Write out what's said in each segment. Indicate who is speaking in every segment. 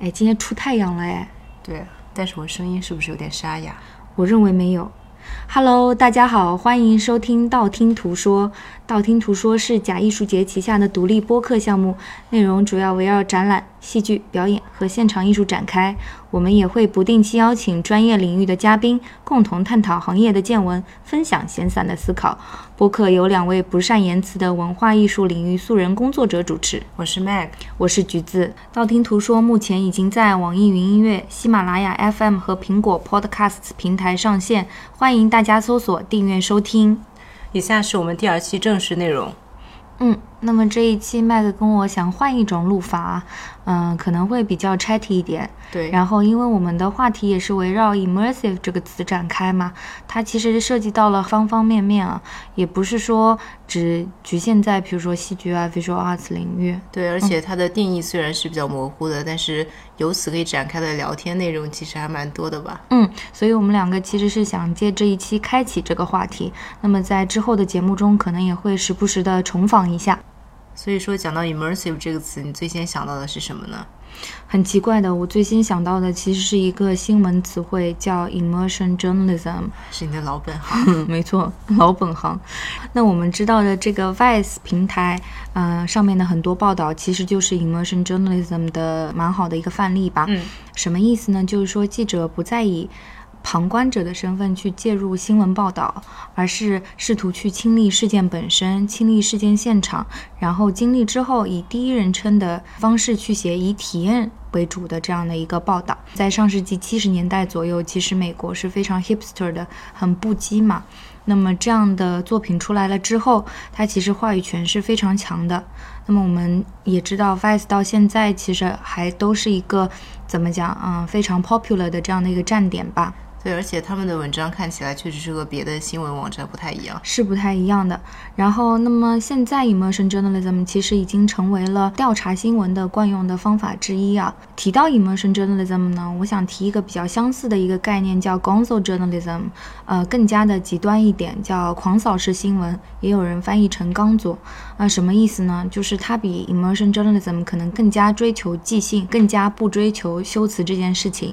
Speaker 1: 哎，今天出太阳了哎。
Speaker 2: 对，但是我声音是不是有点沙哑？
Speaker 1: 我认为没有。Hello，大家好，欢迎收听道听途说。道听途说是假艺术节旗下的独立播客项目，内容主要围绕展览、戏剧表演和现场艺术展开。我们也会不定期邀请专业领域的嘉宾，共同探讨行业的见闻，分享闲散的思考。播客由两位不善言辞的文化艺术领域素人工作者主持。
Speaker 2: 我是 Mag，
Speaker 1: 我是橘子。道听途说目前已经在网易云音乐、喜马拉雅 FM 和苹果 Podcasts 平台上线，欢迎大家搜索订阅收听。
Speaker 2: 以下是我们第二期正式内容。
Speaker 1: 嗯，那么这一期麦克跟我想换一种录法，嗯、可能会比较 chatty 一点。
Speaker 2: 对然后
Speaker 1: 然后，因为我们的话题也是围绕 immersive 这个词展开嘛，它其实涉及到了方方面面啊，也不是说只局限在比如说戏剧啊、visual arts 领域。
Speaker 2: 对，而且它的定义虽然是比较模糊的，但是由此可以展开的聊天内容其实还蛮多的吧？
Speaker 1: 嗯，所以我们两个其实是想借这一期开启这个话题。那么在之后的节目中，可能也会时不时的重访一下。
Speaker 2: 所以说，讲到 immersive 这个词，你最先想到的是什么呢？
Speaker 1: 很奇怪的，我最先想到的其实是一个新闻词汇，叫 immersion journalism。
Speaker 2: 是你的老本行。
Speaker 1: 嗯，没错，老本行。那我们知道的这个 Vice 平台，嗯、上面的很多报道其实就是 immersion journalism 的蛮好的一个范例吧。
Speaker 2: 嗯，
Speaker 1: 什么意思呢？就是说记者不再以旁观者的身份去介入新闻报道，而是试图去亲历事件本身，亲历事件现场，然后经历之后，以第一人称的方式去写以体验为主的这样的一个报道。在上世纪七十年代左右，其实美国是非常 hipster 的，很不羁嘛。那么这样的作品出来了之后，它其实话语权是非常强的。那么我们也知道，Vice 到现在其实还都是一个怎么讲，嗯，非常 popular 的这样的一个站点吧。
Speaker 2: 对，而且他们的文章看起来确实是和别的新闻网站不太一样。
Speaker 1: 是不太一样的。然后，那么现在 immersion journalism 其实已经成为了调查新闻的惯用的方法之一啊。提到 immersion journalism 呢，我想提一个比较相似的一个概念，叫 gonzo journalism，呃，更加的极端一点，叫狂扫式新闻，也有人翻译成刚佐。啊、什么意思呢？就是它比 immersion journalism 可能更加追求即兴，更加不追求修辞这件事情。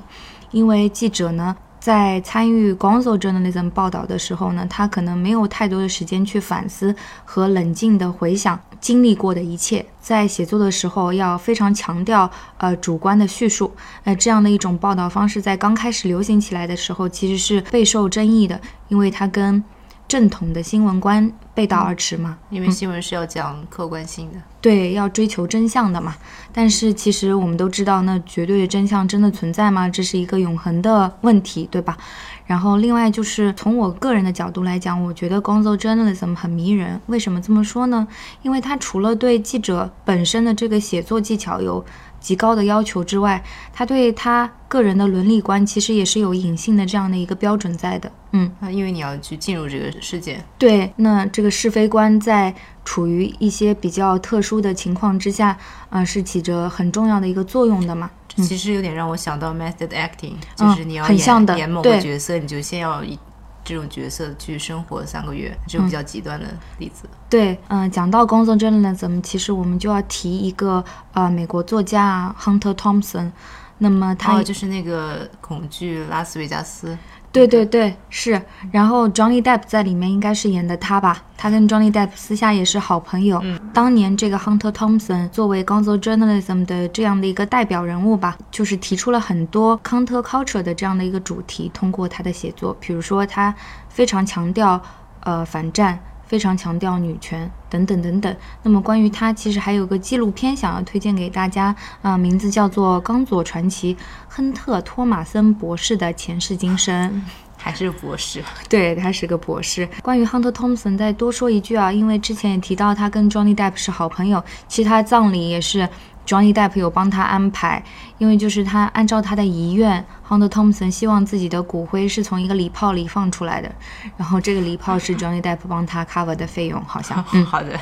Speaker 1: 因为记者呢在参与 gonzo journalism 报道的时候呢，他可能没有太多的时间去反思和冷静的回想经历过的一切，在写作的时候要非常强调呃主观的叙述，呃这样的一种报道方式在刚开始流行起来的时候其实是备受争议的，因为它跟正统的新闻观背道而驰嘛。
Speaker 2: 因为新闻是要讲客观性的，
Speaker 1: 对，要追求真相的嘛。但是其实我们都知道，那绝对的真相真的存在吗？这是一个永恒的问题，对吧？然后另外就是从我个人的角度来讲，我觉得 gonzo journalism 很迷人。为什么这么说呢？因为它除了对记者本身的这个写作技巧有极高的要求之外，它对他个人的伦理观其实也是有隐性的这样的一个标准在的。嗯。
Speaker 2: 那啊因为你要去进入这个事件。
Speaker 1: 对，那这个是非观在处于一些比较特殊的情况之下，呃，是起着很重要的一个作用的嘛。
Speaker 2: 这其实有点让我想到 method acting，、就是你要演
Speaker 1: 嗯很像的
Speaker 2: 演某
Speaker 1: 对
Speaker 2: 个角色，你就先要以这种角色去生活三个
Speaker 1: 嗯
Speaker 2: 月，这种比较极端的例子。
Speaker 1: 对，嗯、讲到工作争论，咱们其实我们就要提一个呃，美国作家啊，Hunter Thompson。那么
Speaker 2: 还
Speaker 1: 他
Speaker 2: 有哦就是那个恐惧拉斯维加斯，
Speaker 1: 对对对，是。然后 Johnny Depp 在里面应该是演的他吧？他跟 Johnny Depp 私下也是好朋友。当年这个 Hunter Thompson 作为 Gonzo Journalism 的这样的一个代表人物吧，就是提出了很多 counter culture 的这样的一个主题，通过他的写作，比如说他非常强调呃反战。非常强调女权等等等等。那么关于他，其实还有个纪录片想要推荐给大家，啊、名字叫做《刚佐传奇：亨特·托马森博士的前世今生》。
Speaker 2: 还是博士，
Speaker 1: 对，他是个博士。关于 Hunter Thompson，再多说一句啊，因为之前也提到他跟 Johnny Depp 是好朋友，其实他的葬礼也是 Johnny Depp 有帮他安排，因为就是他按照他的遗愿，Hunter Thompson 希望自己的骨灰是从一个礼炮里放出来的，然后这个礼炮是 Johnny Depp 帮他 cover 的费用，好像
Speaker 2: 哦好的，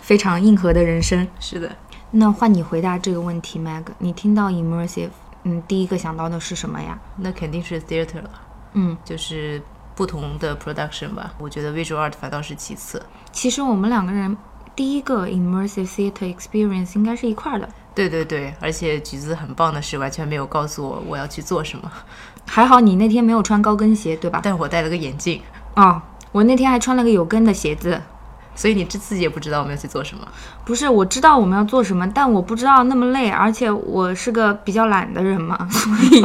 Speaker 1: 非常硬核的人生。
Speaker 2: 是的。
Speaker 1: 那换你回答这个问题，Mag，你听到 immersive，嗯，第一个想到的是什么呀？
Speaker 2: 那肯定是 theater 了，
Speaker 1: 嗯，
Speaker 2: 就是不同的 production 吧。我觉得 visual art 反倒是其次。
Speaker 1: 其实我们两个人第一个 immersive theater experience 应该是一块儿的。
Speaker 2: 对对对，而且橘子很棒的是，完全没有告诉我我要去做什么，
Speaker 1: 还好你那天没有穿高跟鞋，对吧？
Speaker 2: 但我戴了个眼镜，
Speaker 1: 哦，我那天还穿了个有跟的鞋子。
Speaker 2: 所以你这自己也不知道我们要去做什么。
Speaker 1: 不是，我知道我们要做什么，但我不知道那么累，而且我是个比较懒的人嘛， 所以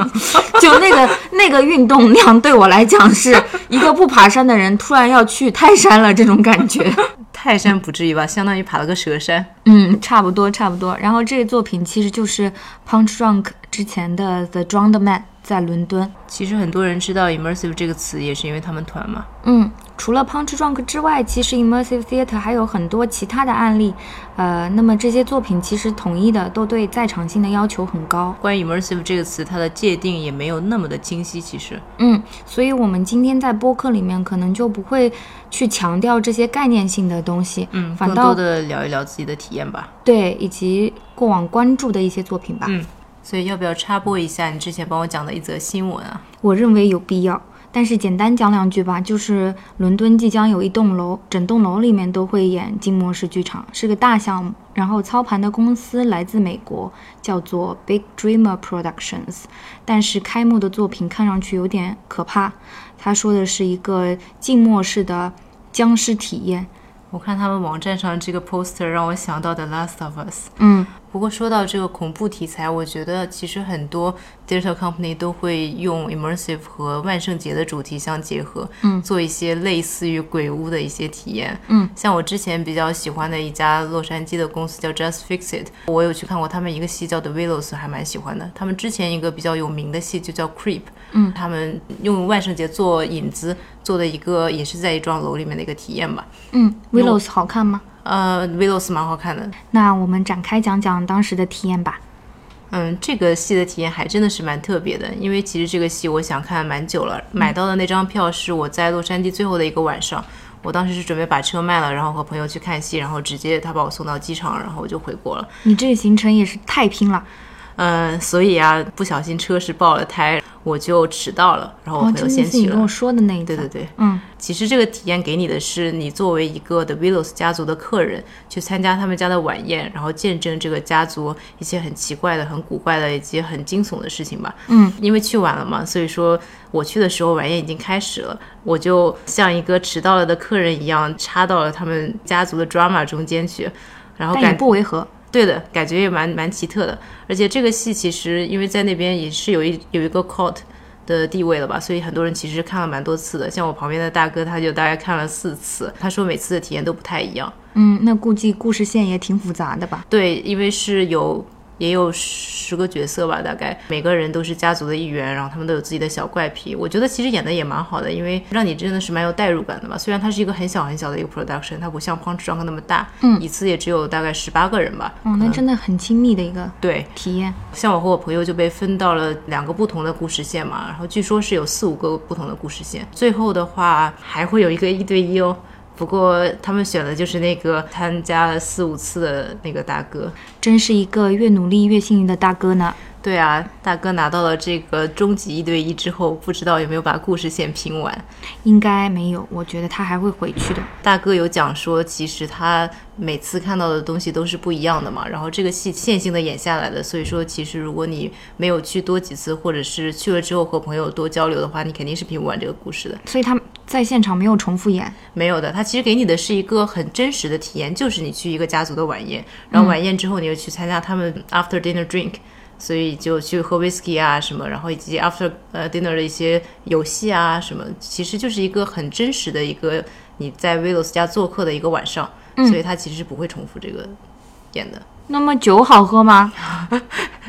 Speaker 1: 就那个 那个运动量对我来讲是一个不爬山的人突然要去泰山了这种感觉。
Speaker 2: 泰山不至于吧，相当于爬了个蛇山。
Speaker 1: 嗯，差不多差不多。然后这个作品其实就是 Punch Drunk 之前的 The Drowned Man 在伦敦。
Speaker 2: 其实很多人知道 immersive 这个词，也是因为他们团嘛。
Speaker 1: 嗯，除了 Punch Drunk 之外，其实 Immersive Theatre 还有很多其他的案例。呃，那么这些作品其实统一的都对在场性的要求很高。
Speaker 2: 关于 immersive 这个词，它的界定也没有那么的清晰。其实，
Speaker 1: 嗯，所以我们今天在播客里面可能就不会去强调这些概念性的东西，
Speaker 2: 嗯，
Speaker 1: 反
Speaker 2: 更
Speaker 1: 倒
Speaker 2: 多的聊一聊自己的体验吧。
Speaker 1: 对以及过往关注的一些作品吧。
Speaker 2: 嗯所以要不要插播一下你之前帮我讲的一则新闻啊？
Speaker 1: 我认为有必要。但是简单讲两句吧，就是伦敦即将有一栋楼，整栋楼里面都会演静默式剧场，是个大项目。然后操盘的公司来自美国，叫做 Big Dreamer Productions。但是开幕的作品看上去有点可怕，他说的是一个静默式的僵尸体验。
Speaker 2: 我看他们网站上这个 poster 让我想到的《Last of Us》。
Speaker 1: 嗯，
Speaker 2: 不过说到这个恐怖题材，我觉得其实很多 digital company 都会用 immersive 和万圣节的主题相结合，
Speaker 1: 嗯
Speaker 2: 做一些类似于鬼屋的一些体验，
Speaker 1: 嗯，
Speaker 2: 像我之前比较喜欢的一家洛杉矶的公司叫 Just Fix It，我有去看过他们一个戏叫 The Willows，还蛮喜欢的。他们之前一个比较有名的戏就叫 Creep，
Speaker 1: 嗯
Speaker 2: 他们用万圣节做引子做的一个也是在一幢楼里面的一个体验吧。
Speaker 1: 嗯，Willows 好看吗？
Speaker 2: 呃，Willows 蛮好看的，
Speaker 1: 那我们展开讲讲当时的体验吧。
Speaker 2: 嗯，这个戏的体验还真的是蛮特别的，因为其实这个戏我想看蛮久了，
Speaker 1: 嗯
Speaker 2: 买到的那张票是我在洛杉矶最后的一个晚上，我当时是准备把车卖了，然后和朋友去看戏，然后直接他把我送到机场，然后我就回国了。
Speaker 1: 你这个行程也是太拼了，
Speaker 2: 嗯，所以啊，不小心车是爆了胎，我就迟到了，然后
Speaker 1: 哦，
Speaker 2: 我朋
Speaker 1: 真
Speaker 2: 友
Speaker 1: 的
Speaker 2: 先
Speaker 1: 是你
Speaker 2: 去了。
Speaker 1: 跟我说的那一次。
Speaker 2: 对对对，
Speaker 1: 嗯
Speaker 2: 其实这个体验给你的是，你作为一个 The Willows 家族的客人，去参加他们家的晚宴，然后见证这个家族一些很奇怪的、很古怪的以及很惊悚的事情吧。
Speaker 1: 嗯，
Speaker 2: 因为去晚了嘛，所以说我去的时候晚宴已经开始了，我就像一个迟到了的客人一样，插到了他们家族的 drama 中间去。然后
Speaker 1: 但
Speaker 2: 感
Speaker 1: 也不违和。
Speaker 2: 对的，感觉也蛮蛮奇特的。而且这个戏其实因为在那边也是有一有一个 cult 的地位了吧，所以很多人其实看了蛮多次的。像我旁边的大哥，他就大概看了四次，他说每次的体验都不太一样。
Speaker 1: 嗯，那估计故事线也挺复杂的吧？
Speaker 2: 对，因为是有也有十个角色吧，大概每个人都是家族的一员，然后他们都有自己的小怪癖。我觉得其实演的也蛮好的，因为让你真的是蛮有代入感的吧。虽然它是一个很小很小的一个 production，它不像 Punch Drunk 那么大，
Speaker 1: 嗯
Speaker 2: 一次也只有大概十八个人吧。
Speaker 1: 哦，那真的很亲密的一个
Speaker 2: 对，
Speaker 1: 体验。
Speaker 2: 像我和我朋友就被分到了两个不同的故事线嘛，然后据说是有四五个不同的故事线，最后的话还会有一个一对一哦。不过他们选的就是那个参加了四五次的那个大哥。
Speaker 1: 真是一个越努力越幸运的大哥呢。
Speaker 2: 对啊，大哥拿到了这个终极一对一之后，不知道有没有把故事线拼完。
Speaker 1: 应该没有，我觉得他还会回去的。
Speaker 2: 大哥有讲说，其实他每次看到的东西都是不一样的嘛。然后这个戏线性的演下来的，所以说其实如果你没有去多几次，或者是去了之后和朋友多交流的话，你肯定是拼不完这个故事的。
Speaker 1: 所以他在现场没有重复演。
Speaker 2: 没有的，他其实给你的是一个很真实的体验，就是你去一个家族的晚宴，然后晚宴之后你又去参加他们 after dinner drink。所以就去喝 whisky 啊什么，然后以及 after 呃 dinner 的一些游戏啊什么，其实就是一个很真实的一个你在 Willows 家做客的一个晚上，
Speaker 1: 嗯
Speaker 2: 所以他其实不会重复这个演的。
Speaker 1: 那么酒好喝吗？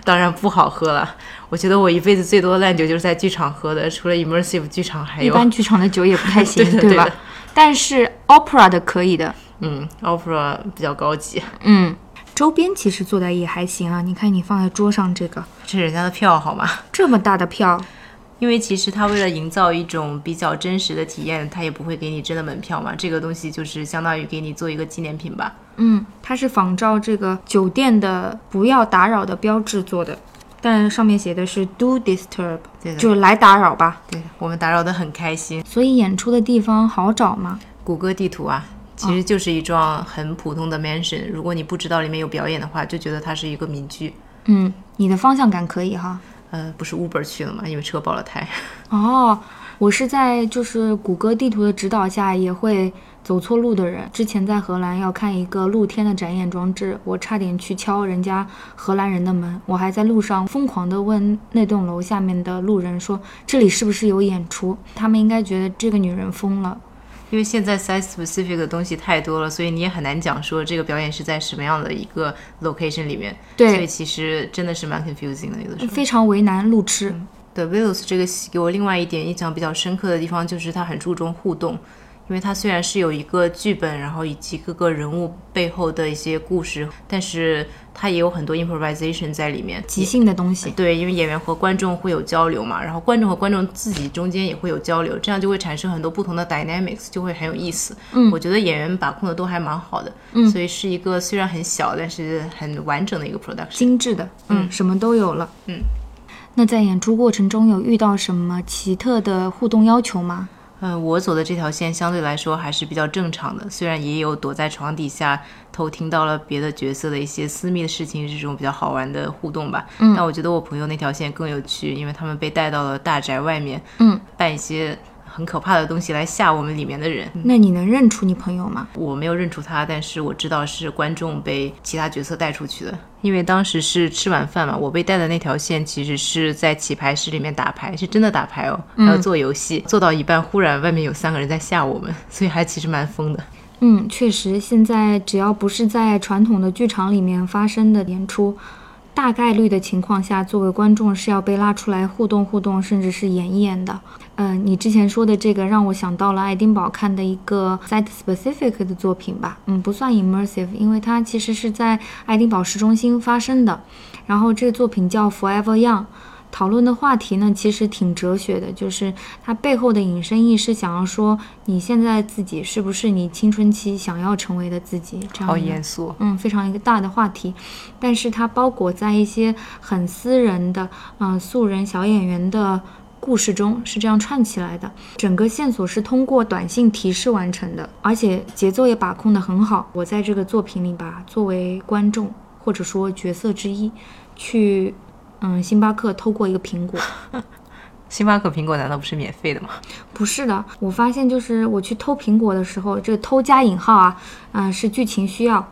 Speaker 2: 当然不好喝了，我觉得我一辈子最多的烂酒就是在剧场喝的，除了 immersive 剧场还
Speaker 1: 一
Speaker 2: 有
Speaker 1: 般剧场的酒也不太行，
Speaker 2: 对的对
Speaker 1: 吧
Speaker 2: 的？
Speaker 1: 但是 opera 的可以的。
Speaker 2: 嗯 opera 比较高级，
Speaker 1: 嗯，周边其实做的也还行啊。你看你放在桌上这个
Speaker 2: 这是人家的票好吗？
Speaker 1: 这么大的票，
Speaker 2: 因为其实他为了营造一种比较真实的体验，他也不会给你真的门票嘛。这个东西就是相当于给你做一个纪念品吧。
Speaker 1: 嗯，它是仿照这个酒店的“不要打扰”的标志做的，但上面写的是 “Do disturb”，
Speaker 2: 对的
Speaker 1: 就是来打扰吧。
Speaker 2: 对我们打扰得很开心。
Speaker 1: 所以演出的地方好找吗？
Speaker 2: 谷歌地图啊，其实就是一幢很普通的 mansion。如果你不知道里面有表演的话，就觉得它是一个民居。
Speaker 1: 嗯，你的方向感可以哈。
Speaker 2: 呃，不是 Uber 去了嘛，因为车爆了胎。
Speaker 1: 哦，我是在就是谷歌地图的指导下也会走错路的人。之前在荷兰要看一个露天的展演装置，我差点去敲人家荷兰人的门，我还在路上疯狂地问那栋楼下面的路人说这里是不是有演出？他们应该觉得这个女人疯了。
Speaker 2: 因为现在 size specific 的东西太多了，所以你也很难讲说这个表演是在什么样的一个 location 里面。
Speaker 1: 对
Speaker 2: 所以其实真的是蛮 confusing 的，有的时候。
Speaker 1: 非常为难路痴。
Speaker 2: 对 Willows 这个戏给我另外一点印象比较深刻的地方就是它很注重互动，因为它虽然是有一个剧本，然后以及各个人物背后的一些故事，但是它也有很多 improvisation 在里面。
Speaker 1: 即兴的东西，
Speaker 2: 对，因为演员和观众会有交流嘛，然后观众和观众自己中间也会有交流，这样就会产生很多不同的 dynamics，就会很有意思。嗯，我觉得演员把控的都还蛮好的，嗯，所以是一个虽然很小，但是很完整的一个 production。
Speaker 1: 精致的，嗯，什么都有了，嗯。那在演出过程中有遇到什么奇特的互动要求吗？
Speaker 2: 嗯，我走的这条线相对来说还是比较正常的，虽然也有躲在床底下偷听到了别的角色的一些私密的事情，这种比较好玩的互动吧。嗯，但我觉得我朋友那条线更有趣，因为他们被带到了大宅外面，
Speaker 1: 嗯，
Speaker 2: 办一些很可怕的东西来吓我们里面的人。
Speaker 1: 那你能认出你朋友吗？
Speaker 2: 我没有认出他，但是我知道是观众被其他角色带出去的，因为当时是吃晚饭嘛。我被带的那条线其实是在棋牌室里面打牌，是真的打牌哦，还要做游戏，做到一半忽然外面有三个人在吓我们，所以还其实蛮疯的。
Speaker 1: 嗯，确实，现在只要不是在传统的剧场里面发生的演出，大概率的情况下，作为观众是要被拉出来互动互动，甚至是演一演的。嗯、你之前说的这个让我想到了爱丁堡看的一个 site specific 的作品吧，嗯，不算 immersive，因为它其实是在爱丁堡市中心发生的。然后这个作品叫《Forever Young》，讨论的话题呢其实挺哲学的，就是它背后的引申意是想要说你现在自己是不是你青春期想要成为的自己，这样
Speaker 2: 好
Speaker 1: 一个
Speaker 2: 严肃，哦
Speaker 1: 嗯，非常一个大的话题，但是它包裹在一些很私人的，嗯、素人小演员的故事中，是这样串起来的。整个线索是通过短信提示完成的，而且节奏也把控得很好。我在这个作品里吧，作为观众或者说角色之一，去嗯星巴克偷过一个苹果。
Speaker 2: 星巴克苹果难道不是免费的吗？
Speaker 1: 不是的，我发现就是我去偷苹果的时候，这个偷加引号啊，嗯、是剧情需要。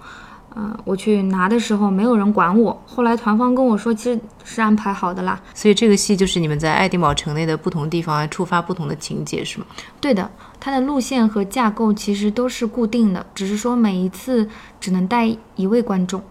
Speaker 1: 呃，我去拿的时候没有人管我，后来团方跟我说，其实是安排好的啦。
Speaker 2: 所以这个戏就是你们在爱丁堡城内的不同地方啊触发不同的情节是吗？
Speaker 1: 对的，它的路线和架构其实都是固定的，只是说每一次只能带一位观众。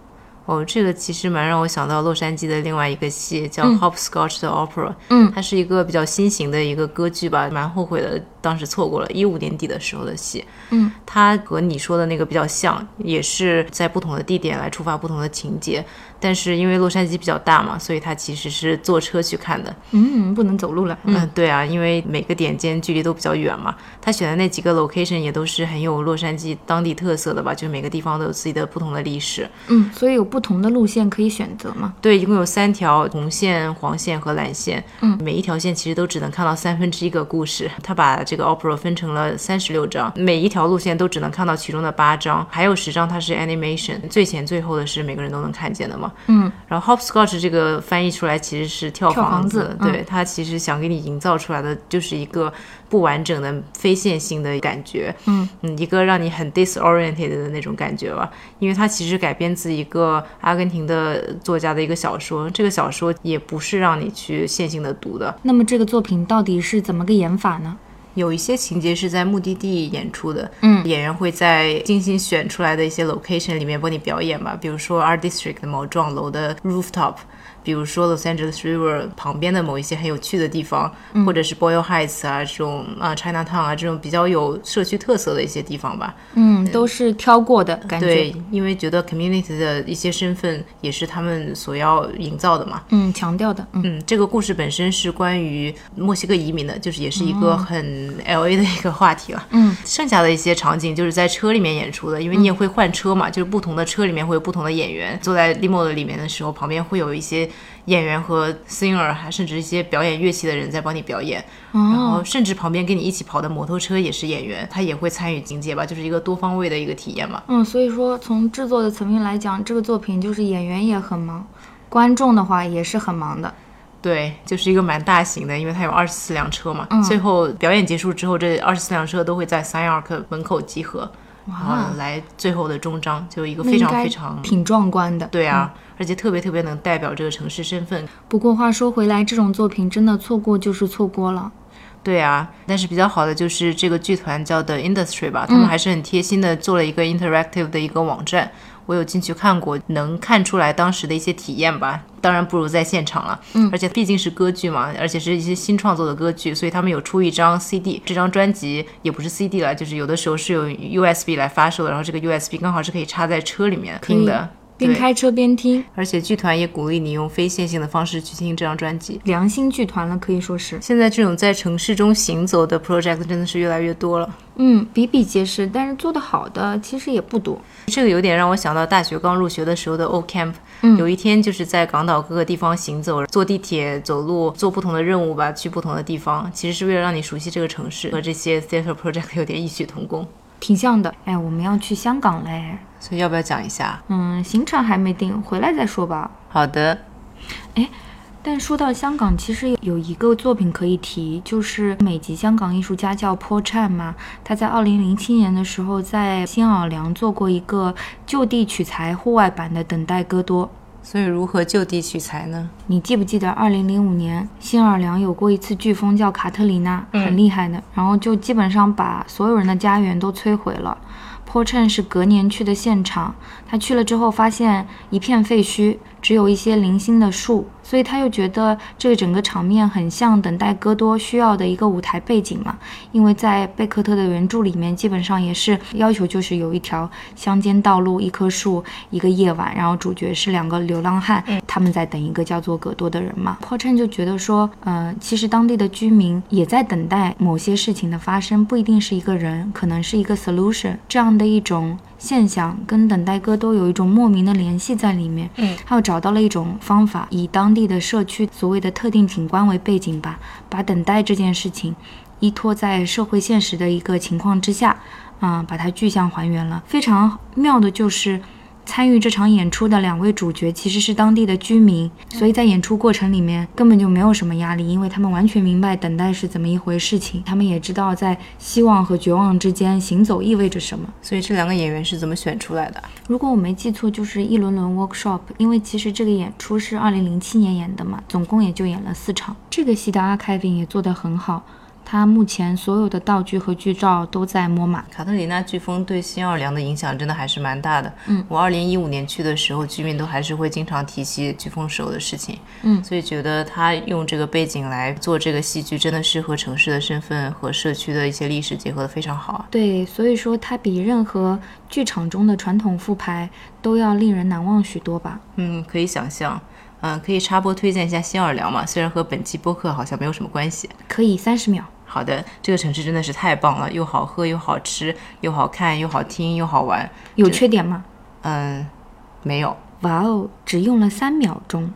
Speaker 2: 哦，这个其实蛮让我想到洛杉矶的另外一个戏叫《Hopscotch 的 Opera》，
Speaker 1: 嗯
Speaker 2: 它是一个比较新型的一个歌剧吧，蛮后悔的，当时错过了，一五年底的时候的戏，
Speaker 1: 嗯，
Speaker 2: 它和你说的那个比较像，也是在不同的地点来触发不同的情节，但是因为洛杉矶比较大嘛，所以它其实是坐车去看的，
Speaker 1: 嗯，不能走路了。嗯
Speaker 2: 嗯，对啊，因为每个点间距离都比较远嘛。他选的那几个 location 也都是很有洛杉矶当地特色的吧，就是每个地方都有自己的不同的历史。
Speaker 1: 嗯，所以有不同的路线可以选择嘛。
Speaker 2: 对，一共有三条红线、黄线和蓝线。嗯，每一条线其实都只能看到三分之一个故事。他把这个 opera 分成了三十六章，每一条路线都只能看到其中的八章，还有十章它是 animation，最前最后的是每个人都能看见的嘛。
Speaker 1: 嗯，
Speaker 2: 然后 hopscotch 这个翻译出来其实是跳
Speaker 1: 跳
Speaker 2: 房
Speaker 1: 房
Speaker 2: 子，嗯
Speaker 1: 子
Speaker 2: 对、它其实想给你营造出来的就是一个不完整的非线性的感觉，
Speaker 1: 嗯
Speaker 2: 一个让你很 disoriented 的那种感觉吧，因为它其实改编自一个阿根廷的作家的一个小说，这个小说也不是让你去线性的读的，
Speaker 1: 那么这个作品到底是怎么个演法呢？
Speaker 2: 有一些情节是在目的地演出的，嗯，演员会在精心选出来的一些 location 里面帮你表演吧，比如说 Art District 的某幢楼的 rooftop，比如说 Los Angeles River 旁边的某一些很有趣的地方，或者是 Boyle Heights 啊这种啊 Chinatown 啊这种比较有社区特色的一些地方吧。
Speaker 1: 嗯，都是挑过的感觉。
Speaker 2: 对，因为觉得 community 的一些身份也是他们所要营造的嘛。
Speaker 1: 嗯，强调的。嗯
Speaker 2: 嗯，这个故事本身是关于墨西哥移民的，就是也是一个很 L A 的一个话题了。
Speaker 1: 嗯，
Speaker 2: 剩下的一些场景就是在车里面演出的，因为你也会换车嘛，就是不同的车里面会有不同的演员。坐在 limo 的里面的时候，旁边会有一些演员和 singer，还甚至一些表演乐器的人在帮你表演，然
Speaker 1: 哦，
Speaker 2: 后甚至旁边跟你一起跑的摩托车也是演员，他也会参与情节吧，就是一个多方位的一个体验嘛。
Speaker 1: 嗯，所以说从制作的层面来讲，这个作品就是演员也很忙，观众的话也是很忙的。
Speaker 2: 对，就是一个蛮大型的，因为它有二十四辆车嘛。
Speaker 1: 嗯
Speaker 2: 最后表演结束之后，这二十四辆车都会在三 Arc 门口集合，然后来最后的终章，就一个
Speaker 1: 那
Speaker 2: 非
Speaker 1: 应
Speaker 2: 常
Speaker 1: 该嗯
Speaker 2: 非常
Speaker 1: 挺壮观的。
Speaker 2: 对啊，而且特别特别能代表这个城市身份。
Speaker 1: 不过话说回来，这种作品真的错过就是错过了。
Speaker 2: 对啊，但是比较好的就是这个剧团叫的 Industry 吧，
Speaker 1: 嗯
Speaker 2: 他们还是很贴心的做了一个 interactive 的一个网站，我有进去看过，能看出来当时的一些体验吧。当然不如在现场了，嗯，而且毕竟是歌剧嘛，而且是一些新创作的歌剧，所以他们有出一张 CD，这张专辑也不是 CD 了，就是有的时候是用 USB 来发售的，然后这个 USB 刚好是可以插在车里面
Speaker 1: 以
Speaker 2: 听的。
Speaker 1: 边
Speaker 2: 对，
Speaker 1: 开车边听，
Speaker 2: 而且剧团也鼓励你用非线性的方式去听这张专辑。
Speaker 1: 良心剧团了，可以说是，
Speaker 2: 现在这种在城市中行走的 project 真的是越来越多了。
Speaker 1: 嗯，比比皆是。但是做得好的其实也不多。
Speaker 2: 这个有点让我想到大学刚入学的时候的 O Camp，、有一天就是在港岛各个地方行走，坐地铁、走路，做不同的任务吧，去不同的地方，其实是为了让你熟悉这个城市，和这些 theater project 有点异曲同工。
Speaker 1: 挺像的，哎，我们要去香港嘞，
Speaker 2: 所以要不要讲一下？
Speaker 1: 嗯，行程还没定，回来再说吧。
Speaker 2: 好的，
Speaker 1: 但说到香港，其实有一个作品可以提，就是美籍香港艺术家叫 Paul Chan 嘛，他在2007年的时候在新奥尔良做过一个就地取材户外版的《等待戈多》。
Speaker 2: 所以如何就地取材呢？
Speaker 1: 你记不记得2005年新奥尔良有过一次飓风叫卡特里娜，很厉害的，然后就基本上把所有人的家园都摧毁了。坡趁是隔年去的现场，他去了之后发现一片废墟，只有一些零星的树，所以他又觉得这个整个场面很像等待戈多需要的一个舞台背景嘛，因为在贝克特的原著里面，基本上也是要求就是有一条乡间道路、一棵树、一个夜晚，然后主角是两个流浪汉，他们在等一个叫做葛多的人嘛。p o c h e n 就觉得说，呃，其实当地的居民也在等待某些事情的发生，不一定是一个人，可能是一个 solution 这样的一种现象，跟等待歌都有一种莫名的联系在里面。
Speaker 2: 嗯，
Speaker 1: 他又找到了一种方法，以当地的社区所谓的特定景观为背景吧，把等待这件事情依托在社会现实的一个情况之下，啊、把它具象还原了。非常妙的就是，参与这场演出的两位主角其实是当地的居民，所以在演出过程里面根本就没有什么压力，因为他们完全明白等待是怎么一回事情，他们也知道在希望和绝望之间行走意味着什么。
Speaker 2: 所以这两个演员是怎么选出来的？
Speaker 1: 如果我没记错，就是一轮轮 workshop，因为其实这个演出是二零零七年演的嘛，总共也就演了四场。这个戏的 archiving 也做得很好，它目前所有的道具和剧照都在 MoMA。
Speaker 2: 卡特里娜飓风对新奥尔良的影响真的还是蛮大的。嗯，我二零一五年去的时候，居民都还是会经常提起飓风时候的事情。
Speaker 1: 嗯
Speaker 2: 所以觉得他用这个背景来做这个戏剧，真的是和城市的身份和社区的一些历史结合的非常好啊。
Speaker 1: 对，所以说它比任何剧场中的传统复排都要令人难忘许多吧。
Speaker 2: 嗯，可以想象。嗯，可以插播推荐一下新奥尔良嘛，虽然和本期播客好像没有什么关系。
Speaker 1: 可以三十秒，
Speaker 2: 好的，这个城市真的是太棒了，又好喝又好吃，又好看又好听又好玩。
Speaker 1: 有缺点吗？
Speaker 2: 嗯，没有。
Speaker 1: 哇哦，只用了三秒钟。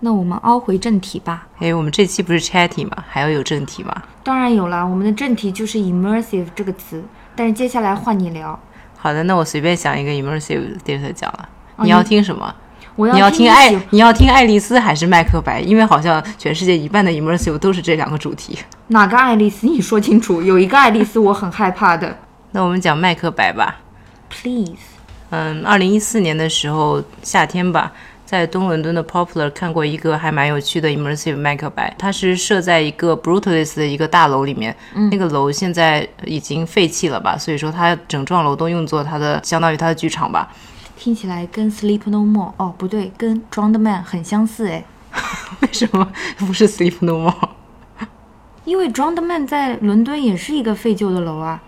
Speaker 1: 那我们凹回正题吧。
Speaker 2: 哎，我们这期不是 chatty 嘛，还要有正题嘛？
Speaker 1: 当然有啦，我们的正题就是 immersive 这个词，但是接下来换你聊。
Speaker 2: 好的，那我随便想一个 immersive theater 讲了。
Speaker 1: 哦
Speaker 2: 你要
Speaker 1: 你
Speaker 2: 听什么？
Speaker 1: 我
Speaker 2: 你要听
Speaker 1: 听哎
Speaker 2: 爱
Speaker 1: 喜，
Speaker 2: 你要听爱丽丝还是麦克白？因为好像全世界一半的 immersive 都是这两个主题。
Speaker 1: 哪个爱丽丝？你说清楚。有一个爱丽丝我很害怕的。
Speaker 2: 那我们讲麦克白吧。
Speaker 1: Please，
Speaker 2: 嗯，二零一四年的时候夏天吧，在东伦敦的 Poplar 看过一个还蛮有趣的 immersive 麦克白，它是设在一个 Brutalist 的一个大楼里面，
Speaker 1: 嗯
Speaker 2: 那个楼现在已经废弃了吧，所以说它整幢楼都用作它的相当于它的剧场吧。
Speaker 1: 听起来跟 Sleep No More 哦，不对，跟 Drowned Man 很相似哎。
Speaker 2: 为什么不是 Sleep No More？
Speaker 1: 因为 Drowned Man 在伦敦也是一个废旧的楼啊，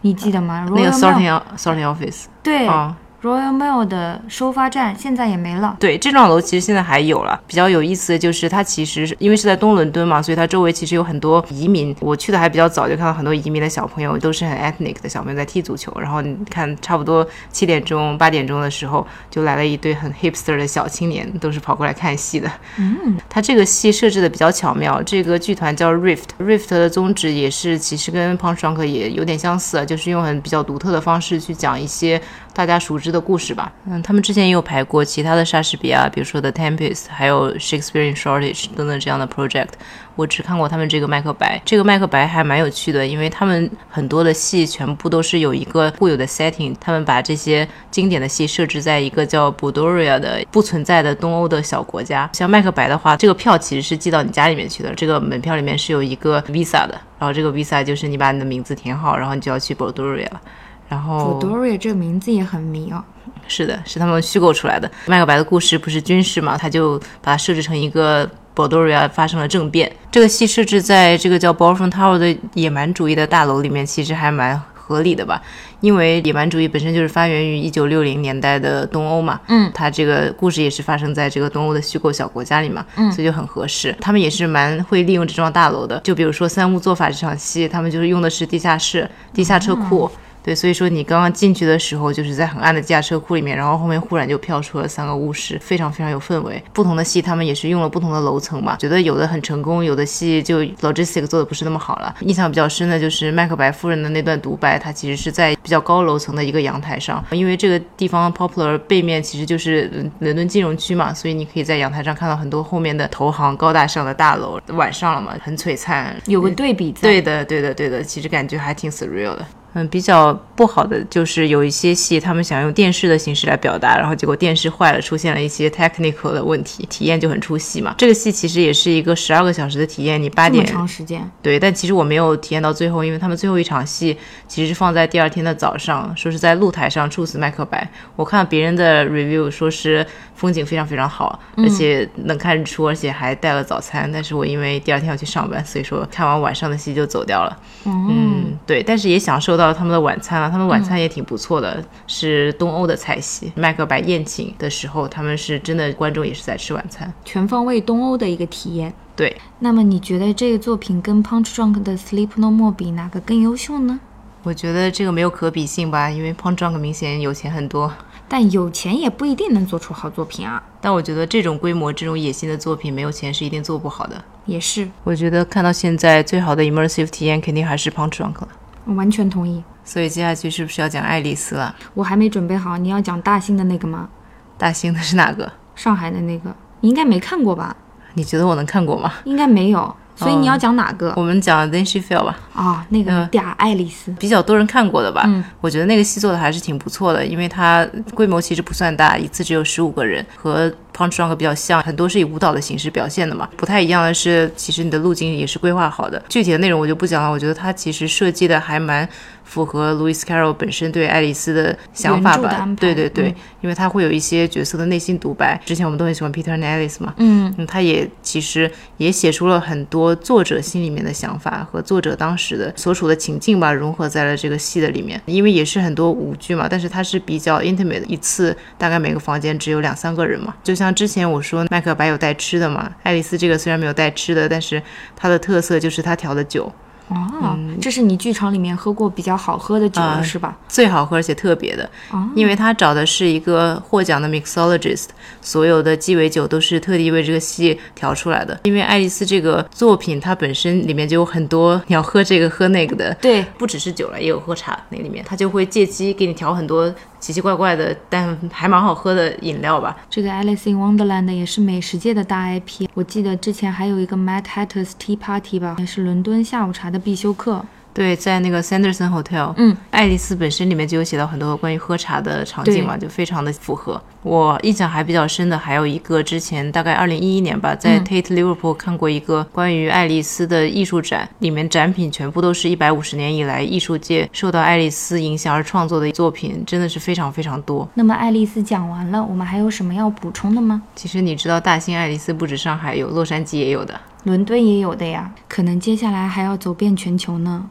Speaker 1: 你记得吗？
Speaker 2: 那个
Speaker 1: Royal Mail-
Speaker 2: Sorting Sorting Office
Speaker 1: 对、
Speaker 2: 啊、
Speaker 1: Royal Mail 的收发站现在也没了。
Speaker 2: 对，这幢楼其实现在还有了。比较有意思的就是，它其实是因为是在东伦敦嘛，所以它周围其实有很多移民。我去的还比较早，就看到很多移民的小朋友，都是很 ethnic 的小朋友在踢足球。然后你看，差不多七点钟、八点钟的时候，就来了一堆很 hipster 的小青年，都是跑过来看戏的。嗯，它这个戏设置的比较巧妙。这个剧团叫 Rift，Rift 的宗旨也是其实跟 Punch Drunk 也有点相似啊，就是用很比较独特的方式去讲一些大家熟知的故事吧。嗯，他们之前也有排过其他的莎士比亚，比如说 The Tempest，还有 Shakespeare in Shortage 等等这样的 project。我只看过他们这个《麦克白》，这个《麦克白》还蛮有趣的，因为他们很多的戏全部都是有一个固有的 setting，他们把这些经典的戏设置在一个叫 Bulgaria 的不存在的东欧的小国家。像《麦克白》的话，这个票其实是寄到你家里面去的，这个门票里面是有一个 visa 的，然后这个 visa 就是你把你的名字填好，然后你就要去 Bulgaria 了。然后
Speaker 1: Doria 这个名字也很迷哦。
Speaker 2: 是的，是他们虚构出来的。麦克白的故事不是军事嘛，他就把它设置成一个 Borderia 发生了政变。这个戏设置在这个叫 b o r f o n Tower 的野蛮主义的大楼里面，其实还蛮合理的吧。因为野蛮主义本身就是发源于一九六零年代的东欧嘛，
Speaker 1: 嗯
Speaker 2: 它这个故事也是发生在这个东欧的虚构小国家里嘛，
Speaker 1: 嗯
Speaker 2: 所以就很合适。他们也是蛮会利用这幢大楼的，就比如说《三屋做法》这场戏，他们就是用的是地下室、地下车库。
Speaker 1: 嗯
Speaker 2: 对，所以说你刚刚进去的时候，就是在很暗的地下车库里面，然后后面忽然就飘出了三个巫师，非常非常有氛围。不同的戏他们也是用了不同的楼层嘛，觉得有的很成功，有的戏就 logistic 做的不是那么好了。印象比较深的就是麦克白夫人的那段独白，它其实是在比较高楼层的一个阳台上，因为这个地方 Poplar 背面其实就是伦伦敦金融区嘛，所以你可以在阳台上看到很多后面的投行高大上的大楼。晚上了嘛，很璀璨，
Speaker 1: 有个对比在。
Speaker 2: 对的，对的，对的，其实感觉还挺 surreal 的。嗯，比较不好的就是有一些戏，他们想用电视的形式来表达，然后结果电视坏了，出现了一些 technical 的问题，体验就很出戏嘛。这个戏其实也是一个十二个小时的体验，你八
Speaker 1: 这么
Speaker 2: 点
Speaker 1: 长时间，
Speaker 2: 对，但其实我没有体验到最后，因为他们最后一场戏其实是放在第二天的早上，说是在露台上处死麦克白。我看别人的 review 说是风景非常非常好，而且能看日出，而且还带了早餐。但是我因为第二天要去上班，所以说看完晚上的戏就走掉了。
Speaker 1: 嗯，
Speaker 2: 嗯，对，但是也享受到他们的晚餐了，啊他们晚餐也挺不错的，是东欧的菜系。麦克白宴请的时候，他们是真的观众也是在吃晚餐。
Speaker 1: 全方位东欧的一个体验。
Speaker 2: 对，
Speaker 1: 那么你觉得这个作品跟 Punch Drunk 的 Sleep No More 比哪个更优秀呢？
Speaker 2: 我觉得这个没有可比性吧，因为 p o n Drunk 明显有钱很多。
Speaker 1: 但有钱也不一定能做出好作品啊，
Speaker 2: 但我觉得这种规模、这种野心的作品，没有钱是一定做不好的。
Speaker 1: 也是，
Speaker 2: 我觉得看到现在最好的 immersive 体验，肯定还是 Punch Drunk 了。
Speaker 1: 我完全同意。
Speaker 2: 所以接下去是不是要讲爱丽丝了？
Speaker 1: 我还没准备好，你要讲大兴的那个吗？
Speaker 2: 大兴的是哪个？
Speaker 1: 上海的那个，你应该没看过吧？
Speaker 2: 你觉得我能看过吗？
Speaker 1: 应该没有，所以你要讲哪个啊、
Speaker 2: 我们讲 Then She Fell 吧。
Speaker 1: 那个嗲爱丽丝，
Speaker 2: 比较多人看过的吧。
Speaker 1: 嗯
Speaker 2: 我觉得那个戏做的还是挺不错的，因为它规模其实不算大，一次只有十五个人，和 Punch Drunk 比较像，很多是以舞蹈的形式表现的嘛。不太一样的是，其实你的路径也是规划好的。具体的内容我就不讲了，我觉得它其实设计的还蛮符合 Louis Carroll 本身对爱丽丝的想法
Speaker 1: 原著的
Speaker 2: 吧
Speaker 1: 安。排
Speaker 2: 对对对，
Speaker 1: 嗯
Speaker 2: 因为它会有一些角色的内心独白。之前我们都很喜欢 Peter and Alice 嘛，
Speaker 1: 嗯，
Speaker 2: 嗯，他也其实也写出了很多作者心里面的想法和作者当时的所处的情境吧，融合在了这个戏的里面。因为也是很多舞剧嘛，但是它是比较 intimate，的一次大概每个房间只有两三个人嘛。就像之前我说麦克白有带吃的嘛，爱丽丝这个虽然没有带吃的，但是它的特色就是它调的酒
Speaker 1: 哦，这是你剧场里面喝过比较好喝的酒了、
Speaker 2: 啊
Speaker 1: 是吧？
Speaker 2: 最好喝而且特别的，
Speaker 1: 哦，
Speaker 2: 因为他找的是一个获奖的 mixologist，所有的鸡尾酒都是特地为这个戏调出来的。因为爱丽丝这个作品，它本身里面就有很多你要喝这个喝那个的，
Speaker 1: 对，
Speaker 2: 不只是酒了，也有喝茶那里面，他就会借机给你调很多奇奇怪怪的，但还蛮好喝的饮料吧。
Speaker 1: 这个《Alice in Wonderland》也是美食界的大 IP。我记得之前还有一个 Mad Hatter's Tea Party 吧，也是伦敦下午茶的必修课。
Speaker 2: 对，在那个 Sanderson Hotel，
Speaker 1: 嗯，
Speaker 2: 爱丽丝本身里面就有写到很多关于喝茶的场景嘛，就非常的符合。我印象还比较深的还有一个，之前大概二零一一年吧，在 Tate Liverpool 看过一个关于爱丽丝的艺术展，里面展品全部都是一百五十年以来艺术界受到爱丽丝影响而创作的作品，真的是非常非常多。
Speaker 1: 那么爱丽丝讲完了，我们还有什么要补充的吗？
Speaker 2: 其实你知道，大兴爱丽丝不止上海有，洛杉矶也有的。
Speaker 1: 伦敦也有的呀，可能接下来还要走遍全球呢。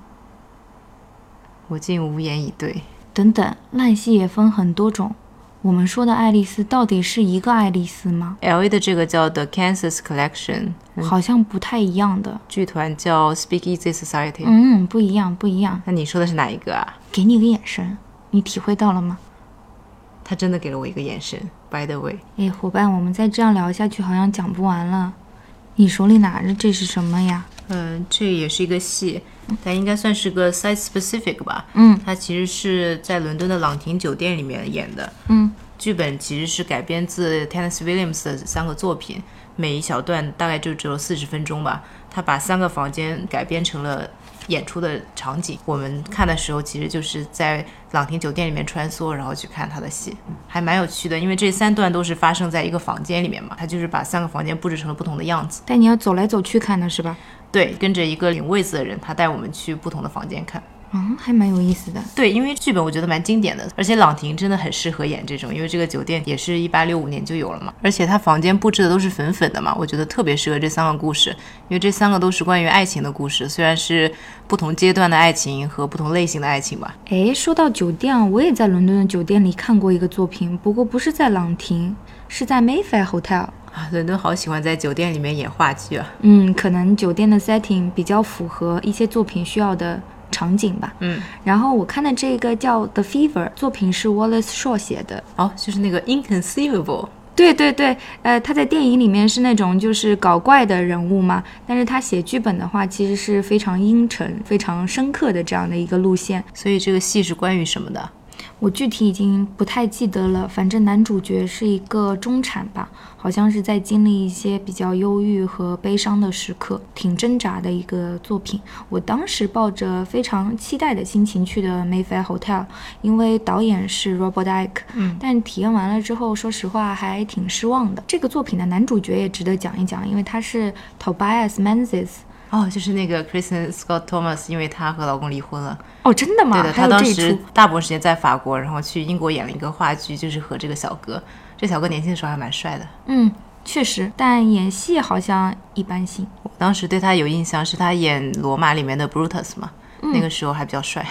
Speaker 2: 我竟无言以对。
Speaker 1: 等等，烂戏也分很多种，我们说的爱丽丝到底是一个爱丽丝吗？
Speaker 2: L A 的这个叫 The Kansas Collection，
Speaker 1: 好像不太一样的。
Speaker 2: 剧团叫 Speakeasy Society。
Speaker 1: 嗯，不一样，不一样。
Speaker 2: 那你说的是哪一个啊？
Speaker 1: 给你一个眼神，你体会到了吗？
Speaker 2: 他真的给了我一个眼神。By the way，
Speaker 1: 哎，伙伴，我们再这样聊下去，好像讲不完了。你手里拿着这是什么呀？
Speaker 2: 嗯，这也是一个戏，但应该算是个 site specific 吧。
Speaker 1: 嗯，
Speaker 2: 它其实是在伦敦的朗廷酒店里面演的。
Speaker 1: 嗯，
Speaker 2: 剧本其实是改编自 Tennessee Williams 的三个作品，每一小段大概就只有四十分钟吧。他把三个房间改编成了演出的场景。我们看的时候，其实就是在朗廷酒店里面穿梭，然后去看他的戏，还蛮有趣的。因为这三段都是发生在一个房间里面嘛，他就是把三个房间布置成了不同的样子。
Speaker 1: 带你要走来走去看的是吧？
Speaker 2: 对，跟着一个领位子的人，他带我们去不同的房间看。
Speaker 1: 嗯，还蛮有意思的。
Speaker 2: 对，因为剧本我觉得蛮经典的，而且朗廷真的很适合演这种，因为这个酒店也是一八六五年就有了嘛，而且它房间布置的都是粉粉的嘛，我觉得特别适合这三个故事，因为这三个都是关于爱情的故事，虽然是不同阶段的爱情和不同类型的爱情吧。
Speaker 1: 哎，说到酒店，我也在伦敦的酒店里看过一个作品，不过不是在朗廷，是在 Mayfair Hotel。
Speaker 2: 啊，伦敦好喜欢在酒店里面演话剧啊，
Speaker 1: 嗯，可能酒店的 setting 比较符合一些作品需要的场景吧。
Speaker 2: 嗯，
Speaker 1: 然后我看的这个叫《The Fever》，作品是 Wallace Shaw 写的。
Speaker 2: 哦，就是那个 inconceivable。
Speaker 1: 对对对，呃，他在电影里面是那种就是搞怪的人物嘛，但是他写剧本的话，其实是非常阴沉、非常深刻的这样的一个路线。
Speaker 2: 所以这个戏是关于什么的？
Speaker 1: 我具体已经不太记得了，反正男主角是一个中产吧，好像是在经历一些比较忧郁和悲伤的时刻，挺挣扎的一个作品。我当时抱着非常期待的心情去的 Mayfair Hotel，因为导演是 Robert Icke，
Speaker 2: 嗯
Speaker 1: 但体验完了之后，说实话还挺失望的。这个作品的男主角也值得讲一讲，因为他是 Tobias Menzies。
Speaker 2: 哦，就是那个 Kristen Scott Thomas，因为她和老公离婚了。
Speaker 1: 哦，真的吗？
Speaker 2: 对的，
Speaker 1: 还
Speaker 2: 他
Speaker 1: 有
Speaker 2: 当
Speaker 1: 这一
Speaker 2: 时
Speaker 1: 出
Speaker 2: 大部分时间在法国，然后去英国演了一个话剧，就是和这个小哥。这小哥年轻的时候还蛮帅的，
Speaker 1: 嗯，确实，但演戏好像一般性。
Speaker 2: 我当时对他有印象是他演《罗马》里面的 Brutus 嘛，
Speaker 1: 嗯
Speaker 2: 那个时候还比较帅。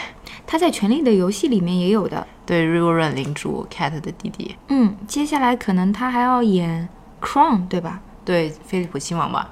Speaker 1: 他在《权力的游戏》里面也有的。
Speaker 2: 对 r i v e r a n 领主 Cat 的弟弟，
Speaker 1: 嗯，接下来可能他还要演 Crown，对吧？
Speaker 2: 对菲利普亲王吧。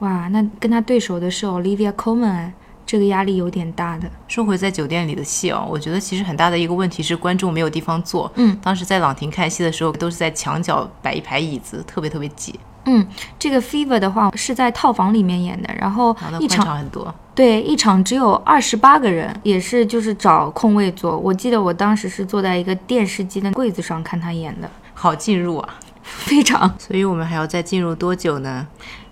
Speaker 1: 哇，那跟他对手的是 Olivia Colman，哎这个压力有点大的。
Speaker 2: 说回在酒店里的戏哦，我觉得其实很大的一个问题是观众没有地方坐。
Speaker 1: 嗯，
Speaker 2: 当时在朗廷看戏的时候，都是在墙角摆一排椅子，特别特别挤，
Speaker 1: 嗯，这个 Fever 的话是在套房里面演的，然后
Speaker 2: 然后
Speaker 1: 一
Speaker 2: 那宽
Speaker 1: 场
Speaker 2: 敞很多。
Speaker 1: 对一场只有二十八个人，也是就是找空位坐。我记得我当时是坐在一个电视机的柜子上看他演的，
Speaker 2: 好进入啊，
Speaker 1: 非常
Speaker 2: 所以我们还要再进入多久呢？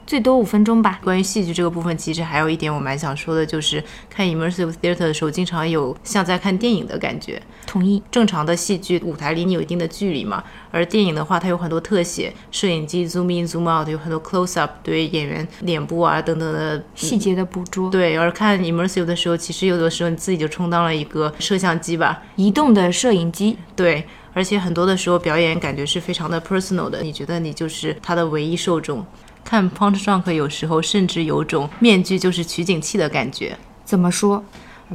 Speaker 1: 最多五分钟吧。
Speaker 2: 关于戏剧这个部分，其实还有一点我蛮想说的，就是看 immersive theater 的时候，经常有像在看电影的感觉。
Speaker 1: 同意。
Speaker 2: 正常的戏剧舞台离你有一定的距离嘛，而电影的话，它有很多特写，摄影机 zoom in zoom out，有很多 close up 对演员脸部啊等等的
Speaker 1: 细节的捕捉，
Speaker 2: 对，而看 immersive 的时候，其实有的时候你自己就充当了一个摄像机吧，
Speaker 1: 移动的摄影机，
Speaker 2: 对，而且很多的时候表演感觉是非常的 personal 的，你觉得你就是他的唯一受众。看 Punch Drunk 有时候甚至有种面具就是取景器的感觉，
Speaker 1: 怎么说？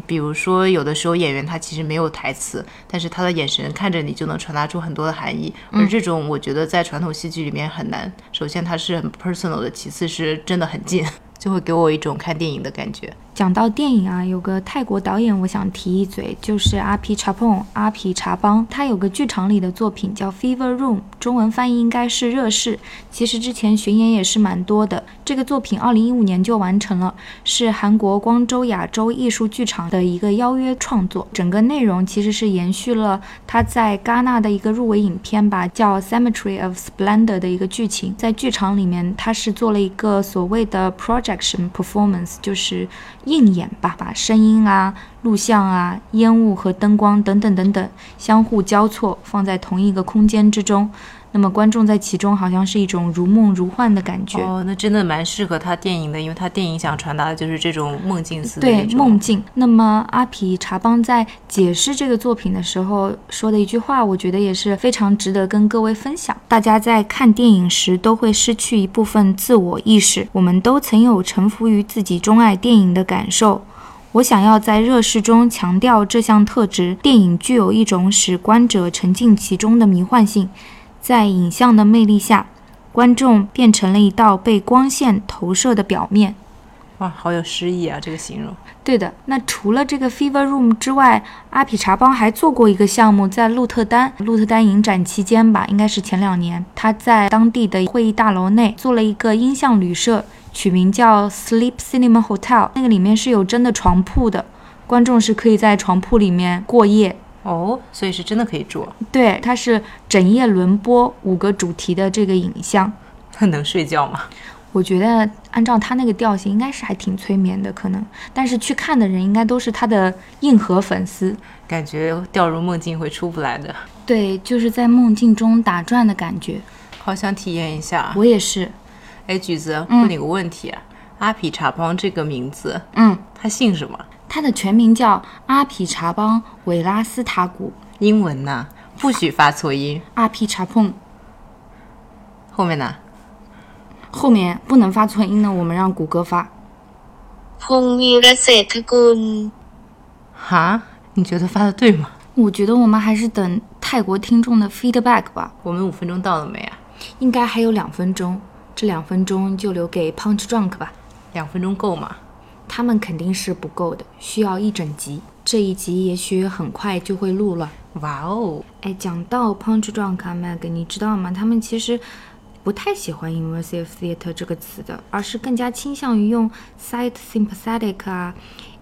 Speaker 2: 比如说有的时候演员他其实没有台词，但是他的眼神看着你就能传达出很多的含义，而这种我觉得在传统戏剧里面很难。首先它是很 personal 的，其次是真的很近，就会给我一种看电影的感觉。
Speaker 1: 讲到电影啊，有个泰国导演，我想提一嘴，就是阿皮查蓬阿皮查邦，他有个剧场里的作品叫《Fever Room》，中文翻译应该是热室。其实之前巡演也是蛮多的，这个作品二零一五年就完成了，是韩国光州亚洲艺术剧场的一个邀约创作。整个内容其实是延续了他在戛纳的一个入围影片吧，叫《Cemetery of Splendor》的一个剧情。在剧场里面，他是做了一个所谓的 projection performance，就是映演吧，把声音啊、录像啊、烟雾和灯光等等等等相互交错，放在同一个空间之中。那么观众在其中好像是一种如梦如幻的感觉，
Speaker 2: 哦，那真的蛮适合他电影的，因为他电影想传达的就是这种梦境似的
Speaker 1: 对
Speaker 2: 一种
Speaker 1: 梦境。那么阿皮查邦在解释这个作品的时候说的一句话，我觉得也是非常值得跟各位分享。大家在看电影时都会失去一部分自我意识，我们都曾有臣服于自己钟爱电影的感受。我想要在热释中强调这项特质，电影具有一种使观者沉浸其中的迷幻性，在影像的魅力下，观众变成了一道被光线投射的表面。
Speaker 2: 哇，好有诗意啊，这个形容。
Speaker 1: 对的，那除了这个 Fever Room 之外，阿比查邦还做过一个项目，在鹿特丹，鹿特丹影展期间吧，应该是前两年，他在当地的会议大楼内做了一个音像旅社，取名叫 Sleep Cinema Hotel，那个里面是有真的床铺的，观众是可以在床铺里面过夜。
Speaker 2: 哦，所以是真的可以住，
Speaker 1: 对，它是整夜轮播五个主题的这个影像。
Speaker 2: 能睡觉吗？
Speaker 1: 我觉得按照他那个调性，应该是还挺催眠的，可能。但是去看的人应该都是他的硬核粉丝，
Speaker 2: 感觉掉入梦境会出不来的，
Speaker 1: 对，就是在梦境中打转的感觉。
Speaker 2: 好想体验一下。
Speaker 1: 我也是，
Speaker 2: 哎，橘子，问你个问题啊，阿匹查邦这个名字，
Speaker 1: 嗯，
Speaker 2: 他姓什么？
Speaker 1: 他的全名叫阿皮查邦韦拉斯塔古
Speaker 2: 英文呐、不许发错音。
Speaker 1: 阿皮查碰，
Speaker 2: 后面呢？
Speaker 1: 后面不能发错音呢，我们让谷歌发。
Speaker 3: พงศ์วีรเศรษฐกุล
Speaker 2: 哈，你觉得发的对吗？
Speaker 1: 我觉得我们还是等泰国听众的 feedback 吧，
Speaker 2: 我们五分钟到了没啊？
Speaker 1: 应该还有两分钟，这两分钟就留给 Punch Drunk 吧，
Speaker 2: 两分钟够吗？
Speaker 1: 他们肯定是不够的，需要一整集。这一集也许很快就会录了。
Speaker 2: 哇哦，
Speaker 1: 哎，讲到 Punch Drunk Mag，你知道吗？他们其实不太喜欢 immersive theater 这个词的，而是更加倾向于用 site sympathetic 啊、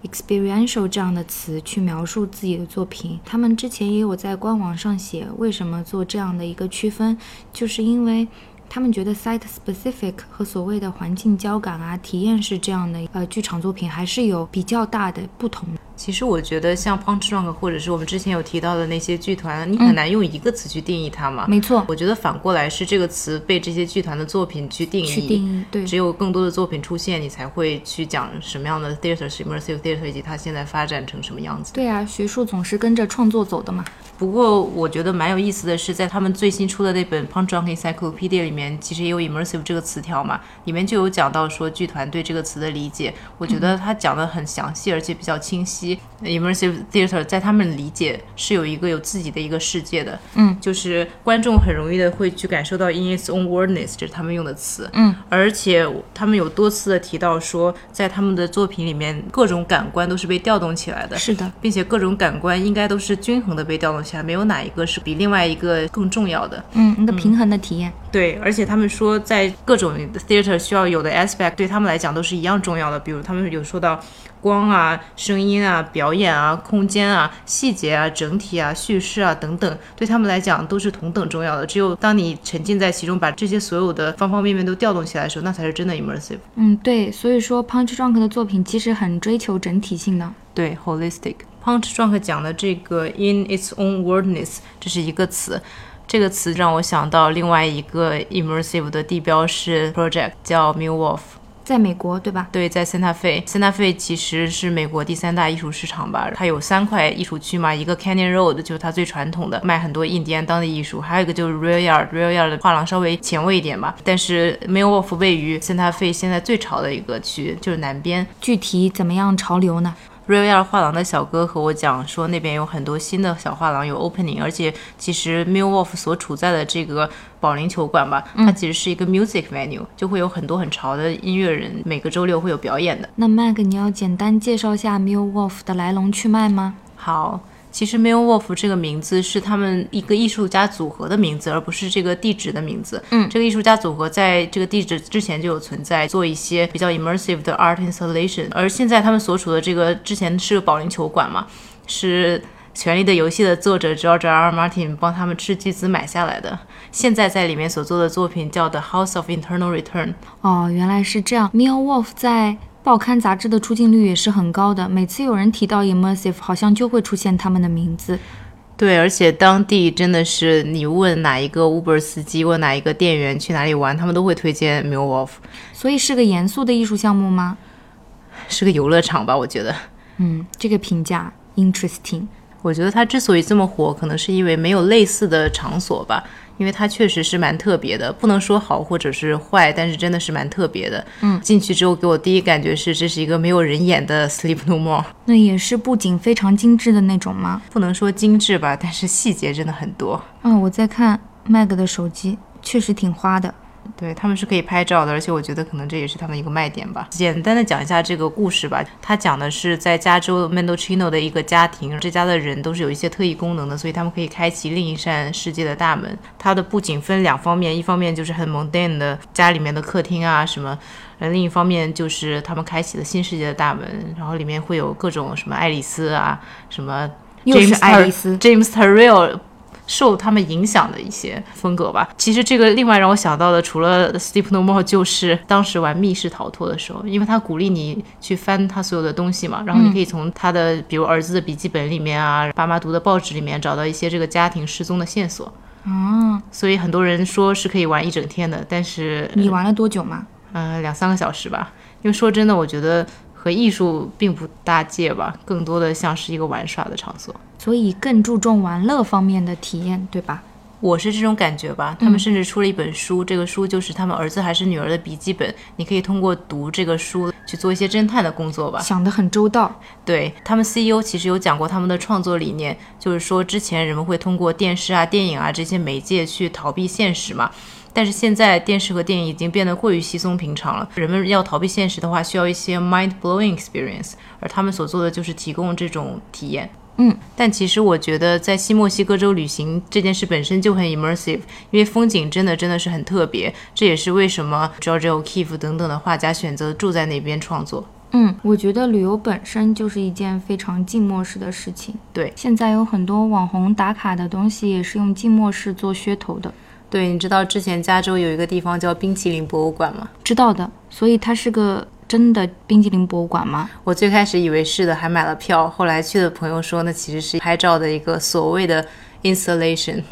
Speaker 1: experiential 这样的词去描述自己的作品。他们之前也有在官网上写为什么做这样的一个区分，就是因为。他们觉得 site specific 和所谓的环境交感啊、体验式这样的呃剧场作品还是有比较大的不同的。
Speaker 2: 其实我觉得像 Punch Drunk 或者是我们之前有提到的那些剧团，你很难用一个词去定义它嘛。
Speaker 1: 嗯没错，
Speaker 2: 我觉得反过来是这个词被这些剧团的作品去定义，
Speaker 1: 去定义对
Speaker 2: 只有更多的作品出现，你才会去讲什么样的 theater 是 immersive theater，以及它现在发展成什么样子。
Speaker 1: 对啊，学术总是跟着创作走的嘛。
Speaker 2: 不过我觉得蛮有意思的是，在他们最新出的那本《Punch Drunk Encyclopedia》里面，其实也有 immersive 这个词条嘛，里面就有讲到说剧团对这个词的理解。我觉得他讲的很详细，而且比较清晰。immersive theater 在他们理解是有一个有自己的一个世界的，
Speaker 1: 嗯，
Speaker 2: 就是观众很容易的会去感受到 in its own worldness，这是他们用的词，
Speaker 1: 嗯，
Speaker 2: 而且他们有多次的提到说，在他们的作品里面，各种感官都是被调动起来的，
Speaker 1: 是的，
Speaker 2: 并且各种感官应该都是均衡的被调动起来，没有哪一个是比另外一个更重要的。
Speaker 1: 嗯，一个平衡的体验。
Speaker 2: 对，而且他们说，在各种 theater 需要有的 aspect 对他们来讲都是一样重要的，比如他们有说到光啊、声音啊、表演啊、空间啊、细节啊、整体啊、叙事啊等等，对他们来讲都是同等重要的。只有当你沉浸在其中，把这些所有的方方面面都调动起来的时候，那才是真的 immersive。
Speaker 1: 嗯，对，所以说 Punch Drunk 的作品其实很追求整体性的。
Speaker 2: 对，holistic。Punch Drunk 讲的这个 in its own worldness，这是一个词。这个词让我想到另外一个 immersive 的地标是 project，叫 m i l w o l f
Speaker 1: 在美国，对吧？
Speaker 2: 对，在 Santa Fe，Santa Fe 其实是美国第三大艺术市场吧，它有三块艺术区嘛，一个 Canyon Road 就是它最传统的，卖很多印第安当地艺术，还有一个就是 Real Yard，Real Yard 的画廊稍微前卫一点吧，但是 m i l w o l f 位于 Santa Fe 现在最潮的一个区，就是南边，
Speaker 1: 具体怎么样潮流呢？
Speaker 2: Real Yard 画廊的小哥和我讲说，那边有很多新的小画廊有 opening，而且其实 m i l w o l f 所处在的这个保龄球馆吧，它其实是一个 music venue，就会有很多很潮的音乐人，每个周六会有表演的。
Speaker 1: 那 Mag，你要简单介绍一下 m i l w o l f 的来龙去脉吗？
Speaker 2: 好，其实 m i l w o l f 这个名字是他们一个艺术家组合的名字，而不是这个地址的名字。
Speaker 1: 嗯
Speaker 2: 这个艺术家组合在这个地址之前就有存在，做一些比较 immersive 的 art installation。而现在他们所处的这个之前是个保龄球馆嘛，是。《权力的游戏》的作者 George R. R. Martin 帮他们斥巨资买下来的。现在在里面所做的作品叫《The House of Internal Return》，
Speaker 1: 哦，原来是这样。m i l w o l f 在报刊杂志的出镜率也是很高的，每次有人提到 immersive，好像就会出现他们的名字。
Speaker 2: 对，而且当地真的是，你问哪一个 Uber 司机，问哪一个店员去哪里玩，他们都会推荐 m i l w o l f
Speaker 1: 所以是个严肃的艺术项目吗？
Speaker 2: 是个游乐场吧？我觉得，
Speaker 1: 嗯，这个评价 interesting。
Speaker 2: 我觉得它之所以这么火，可能是因为没有类似的场所吧。因为它确实是蛮特别的，不能说好或者是坏，但是真的是蛮特别的。嗯，进去之后给我第一感觉是这是一个没有人演的《Sleep No More》，
Speaker 1: 那也是布景非常精致的那种吗？
Speaker 2: 不能说精致吧，但是细节真的很多。
Speaker 1: 嗯，我在看 Meg 的手机，确实挺花的。
Speaker 2: 对他们是可以拍照的，而且我觉得可能这也是他们一个卖点吧。简单的讲一下这个故事吧，它讲的是在加州 Mendocino 的一个家庭，这家的人都是有一些特异功能的，所以他们可以开启另一扇世界的大门。它的布景分两方面，一方面就是很 mundane 的家里面的客厅啊什么。呃，另一方面就是他们开启了新世界的大门，然后里面会有各种什么爱丽丝啊，什么
Speaker 1: 又是
Speaker 2: James
Speaker 1: 爱丽丝
Speaker 2: Tar- James Terrell 受他们影响的一些风格吧。其实这个另外让我想到的，除了 Sleep No More，就是当时玩密室逃脱的时候，因为他鼓励你去翻他所有的东西嘛，
Speaker 1: 嗯
Speaker 2: 然后你可以从他的、比如儿子的笔记本里面啊，爸妈读的报纸里面找到一些这个家庭失踪的线索。
Speaker 1: 嗯，
Speaker 2: 所以很多人说是可以玩一整天的，但是
Speaker 1: 你玩了多久吗？
Speaker 2: 呃两三个小时吧。因为说真的，我觉得和艺术并不搭界吧，更多的像是一个玩耍的场所。
Speaker 1: 所以更注重玩乐方面的体验，对吧？
Speaker 2: 我是这种感觉吧。他们甚至出了一本书，这个书就是他们儿子还是女儿的笔记本，你可以通过读这个书去做一些侦探的工作吧。
Speaker 1: 想得很周到。
Speaker 2: 对他们 CEO 其实有讲过他们的创作理念，就是说之前人们会通过电视啊、电影啊这些媒介去逃避现实嘛。但是现在电视和电影已经变得过于稀松平常了，人们要逃避现实的话，需要一些 mind blowing experience，而他们所做的就是提供这种体验。
Speaker 1: 嗯，
Speaker 2: 但其实我觉得在新墨西哥州旅行这件事本身就很 immersive，因为风景真的真的是很特别，这也是为什么 George O'Keefe 等等的画家选择住在那边创作。
Speaker 1: 嗯，我觉得旅游本身就是一件非常静默式的事情。
Speaker 2: 对
Speaker 1: 现在有很多网红打卡的东西也是用静默式做噱头的，
Speaker 2: 对，你知道之前加州有一个地方叫冰淇淋博物馆吗？
Speaker 1: 知道的。所以它是个真的冰激凌博物馆吗？
Speaker 2: 我最开始以为是的，还买了票。后来去的朋友说，那其实是拍照的一个所谓的 installation，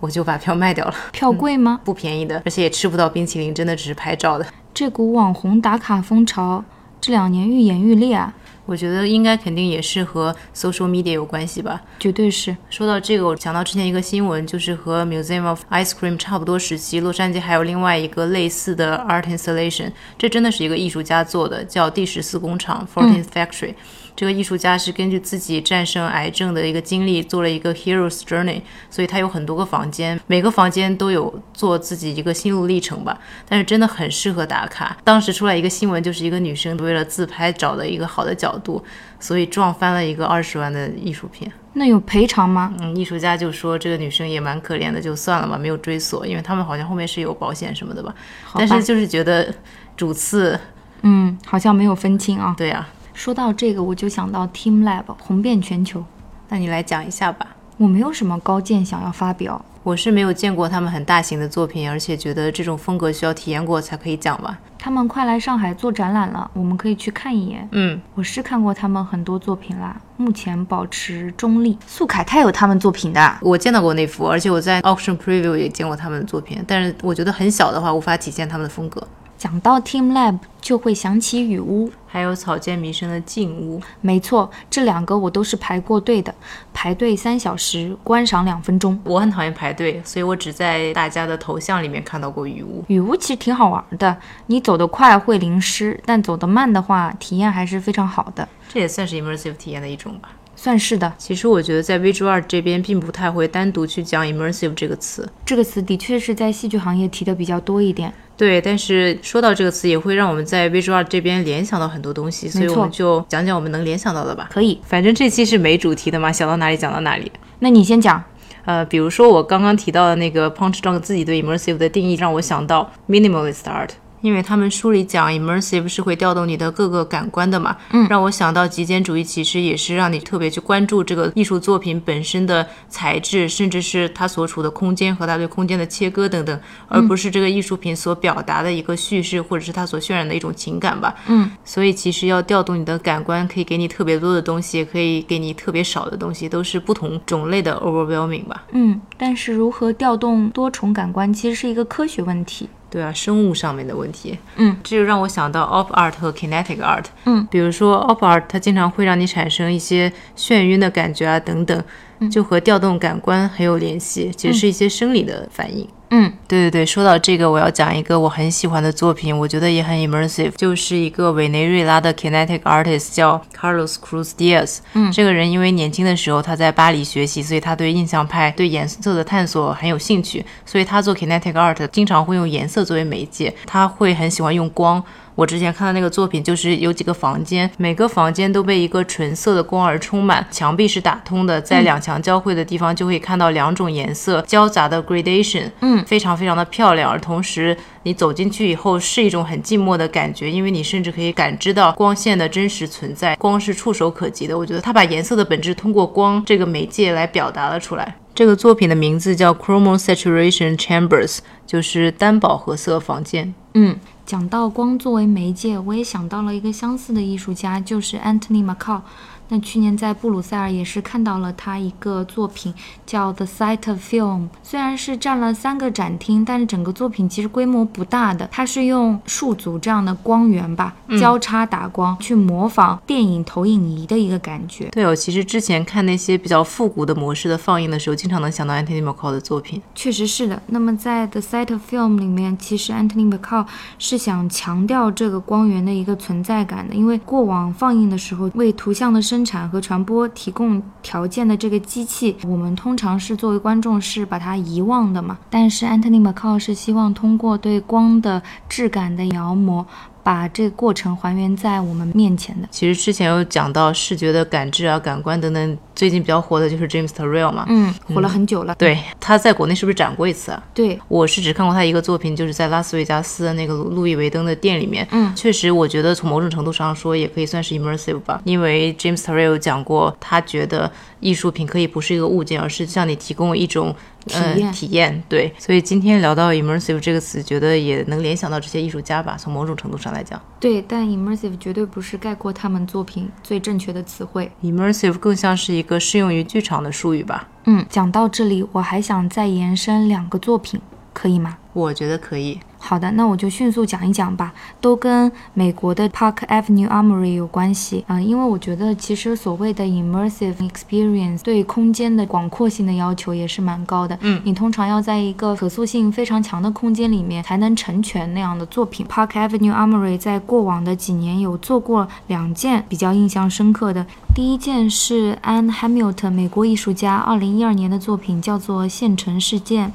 Speaker 2: 我就把票卖掉了，
Speaker 1: 票贵吗？
Speaker 2: 不便宜的，而且也吃不到冰淇淋，真的只是拍照的。
Speaker 1: 这股网红打卡风潮这两年愈演愈烈啊，
Speaker 2: 我觉得应该肯定也是和 social media 有关系吧。
Speaker 1: 绝对是。
Speaker 2: 说到这个，我想到之前一个新闻，就是和 Museum of Ice Cream 差不多时期，洛杉矶还有另外一个类似的 art installation，这真的是一个艺术家做的，叫第十四工厂 （Fourteenth Factory）。这个艺术家是根据自己战胜癌症的一个经历做了一个 hero's journey，所以他有很多个房间，每个房间都有做自己一个心路历程吧。但是真的很适合打卡。当时出来一个新闻，就是一个女生为了自拍找的一个好的角度，所以撞翻了一个二十万的艺术品。
Speaker 1: 那有赔偿吗？
Speaker 2: 嗯，艺术家就说这个女生也蛮可怜的，就算了吧，没有追索，因为他们好像后面是有保险什么的吧。
Speaker 1: 好
Speaker 2: 但
Speaker 1: 吧
Speaker 2: 是，就是觉得主次，
Speaker 1: 嗯，好像没有分清啊。
Speaker 2: 对啊，
Speaker 1: 说到这个，我就想到 Team Lab 红遍全球。
Speaker 2: 那你来讲一下吧。
Speaker 1: 我没有什么高见想要发表，
Speaker 2: 我是没有见过他们很大型的作品，而且觉得这种风格需要体验过才可以讲吧。
Speaker 1: 他们快来上海做展览了，我们可以去看一眼。
Speaker 2: 嗯，
Speaker 1: 我是看过他们很多作品啦，目前保持中立。素凯泰有他们作品的，
Speaker 2: 我见到过那幅，而且我在 auction preview 也见过他们的作品，但是我觉得很小的话无法体现他们的风格。
Speaker 1: 讲到 Team Lab 就会想起雨屋。
Speaker 2: 还有草间弥生的《静屋》，
Speaker 1: 没错，这两个我都是排过队的，排队三小时，观赏两分钟。
Speaker 2: 我很讨厌排队，所以我只在大家的头像里面看到过雨屋。
Speaker 1: 雨屋其实挺好玩的，你走得快会淋湿，但走得慢的话，体验还是非常好的，
Speaker 2: 这也算是 immersive 体验的一种吧。
Speaker 1: 算是的。
Speaker 2: 其实我觉得在 visual art 这边并不太会单独去讲 immersive 这个词，
Speaker 1: 这个词的确是在戏剧行业提的比较多一点。
Speaker 2: 对，但是说到这个词，也会让我们在 visual art 这边联想到很多东西，所以
Speaker 1: 没错
Speaker 2: 我们就讲讲我们能联想到的吧。
Speaker 1: 可以，
Speaker 2: 反正这期是没主题的嘛，想到哪里讲到哪里。
Speaker 1: 那你先讲。
Speaker 2: 呃，比如说我刚刚提到的那个 Punch Drunk 自己对 immersive 的定义，让我想到 minimalist art，因为他们书里讲 immersive 是会调动你的各个感官的嘛，嗯，让我想到极简主义其实也是让你特别去关注这个艺术作品本身的材质，甚至是它所处的空间和它对空间的切割等等，而不是这个艺术品所表达的一个叙事或者是它所渲染的一种情感吧，
Speaker 1: 嗯，
Speaker 2: 所以其实要调动你的感官，可以给你特别多的东西，也可以给你特别少的东西，都是不同种类的 overwhelming 吧。
Speaker 1: 嗯，但是如何调动多重感官，其实是一个科学问题。
Speaker 2: 对啊，生物上面的问题。
Speaker 1: 嗯，
Speaker 2: 这就让我想到 op art 和 kinetic art。
Speaker 1: 嗯，
Speaker 2: 比如说 op art，它经常会让你产生一些眩晕的感觉啊等等。
Speaker 1: 嗯
Speaker 2: 就和调动感官很有联系，其实是一些生理的反应。
Speaker 1: 嗯，
Speaker 2: 对对对，说到这个，我要讲一个我很喜欢的作品，我觉得也很 immersive，就是一个委内瑞拉的 kinetic artist 叫 Carlos Cruz Diaz。嗯，这个人因为年轻的时候他在巴黎学习，所以他对印象派、对颜色的探索很有兴趣，所以他做 kinetic art 经常会用颜色作为媒介，他会很喜欢用光。我之前看到那个作品，就是有几个房间，每个房间都被一个纯色的光而充满，墙壁是打通的，在两墙交汇的地方就会看到两种颜色交杂的 gradation，
Speaker 1: 嗯，
Speaker 2: 非常非常的漂亮。而同时，你走进去以后是一种很寂寞的感觉，因为你甚至可以感知到光线的真实存在，光是触手可及的。我觉得他把颜色的本质通过光这个媒介来表达了出来。这个作品的名字叫 Chromo Saturation Chambers，就是单饱和色房间。
Speaker 1: 嗯，讲到光作为媒介，我也想到了一个相似的艺术家，就是 Anthony Macau。那去年在布鲁塞尔也是看到了他一个作品，叫《The Sight of Film》。虽然是占了三个展厅，但是整个作品其实规模不大的。它是用数组这样的光源吧，交叉打光、去模仿电影投影仪的一个感觉。
Speaker 2: 对，我其实之前看那些比较复古的模式的放映的时候，经常能想到 Anthony Macau 的作品。
Speaker 1: 确实是的。那么在《The Sight of Film》里面，其实 Anthony Macau 是想强调这个光源的一个存在感的，因为过往放映的时候，为图像的生产和传播提供条件的这个机器，我们通常是作为观众是把它遗忘的嘛。但是 Anthony Macau 是希望通过对光的质感的描摹，把这个过程还原在我们面前的。
Speaker 2: 其实之前有讲到视觉的感知啊、感官等等，最近比较火的就是 James Turrell 嘛。
Speaker 1: 嗯，活了很久了。
Speaker 2: 对，他在国内是不是展过一次啊？
Speaker 1: 对，
Speaker 2: 我是只看过他一个作品，就是在拉斯维加斯的那个路路易威登的店里面。
Speaker 1: 嗯
Speaker 2: 确实，我觉得从某种程度上说，也可以算是 immersive 吧。因为 James Turrell 有讲过，他觉得艺术品可以不是一个物件，而是向你提供一种。呃
Speaker 1: 体验
Speaker 2: 体验对，所以今天聊到 immersive 这个词，觉得也能联想到这些艺术家吧。从某种程度上来讲
Speaker 1: 对，但 immersive 绝对不是概括他们作品最正确的词汇。
Speaker 2: ，immersive 更像是一个适用于剧场的术语吧。
Speaker 1: 嗯，讲到这里，我还想再延伸两个作品，可以吗？
Speaker 2: 我觉得可以。
Speaker 1: 好的，那我就迅速讲一讲吧，都跟美国的 Park Avenue Armory 有关系啊、因为我觉得其实所谓的 immersive experience 对空间的广阔性的要求也是蛮高的，
Speaker 2: 嗯
Speaker 1: 你通常要在一个可塑性非常强的空间里面才能成全那样的作品。Park Avenue Armory 在过往的几年有做过两件比较印象深刻的，第一件是 Anne Hamilton 美国艺术家2012年的作品，叫做《县城事件》。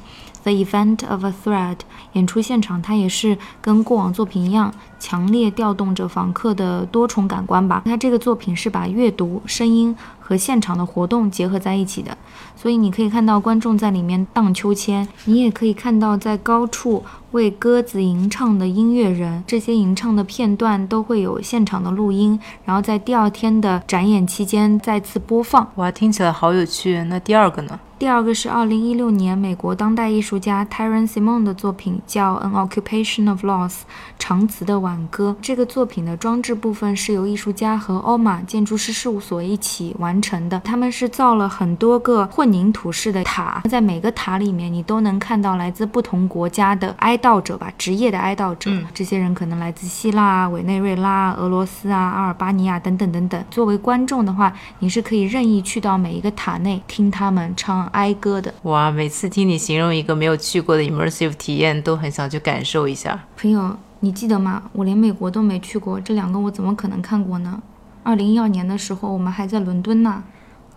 Speaker 1: The Event of a Thread 演出现场，它也是跟过往作品一样，强烈调动着访客的多重感官吧。它这个作品是把阅读、声音和现场的活动结合在一起的，所以你可以看到观众在里面荡秋千，你也可以看到在高处为鸽子吟唱的音乐人，这些吟唱的片段都会有现场的录音，然后在第二天的展演期间再次播放。
Speaker 2: 哇，听起来好有趣。那第二个呢？
Speaker 1: 第二个是2016年美国当代艺术家 Tyrone Simon 的作品，叫《An Occupation of Loss》长辞的挽歌。这个作品的装置部分是由艺术家和欧玛建筑师事务所一起完成的。他们是造了很多个混凝土式的塔，在每个塔里面，你都能看到来自不同国家的哀悼者吧，职业的哀悼者。
Speaker 2: 嗯
Speaker 1: 这些人可能来自希腊啊、委内瑞拉啊、俄罗斯啊、阿尔巴尼亚等等等等。作为观众的话，你是可以任意去到每一个塔内听他们唱哀歌的。
Speaker 2: 哇，每次听你形容一个没有去过的 immersive 体验，都很想去感受一下。
Speaker 1: 朋友，你记得吗？我连美国都没去过，这两个我怎么可能看过呢？二零一二年的时候，我们还在伦敦呢。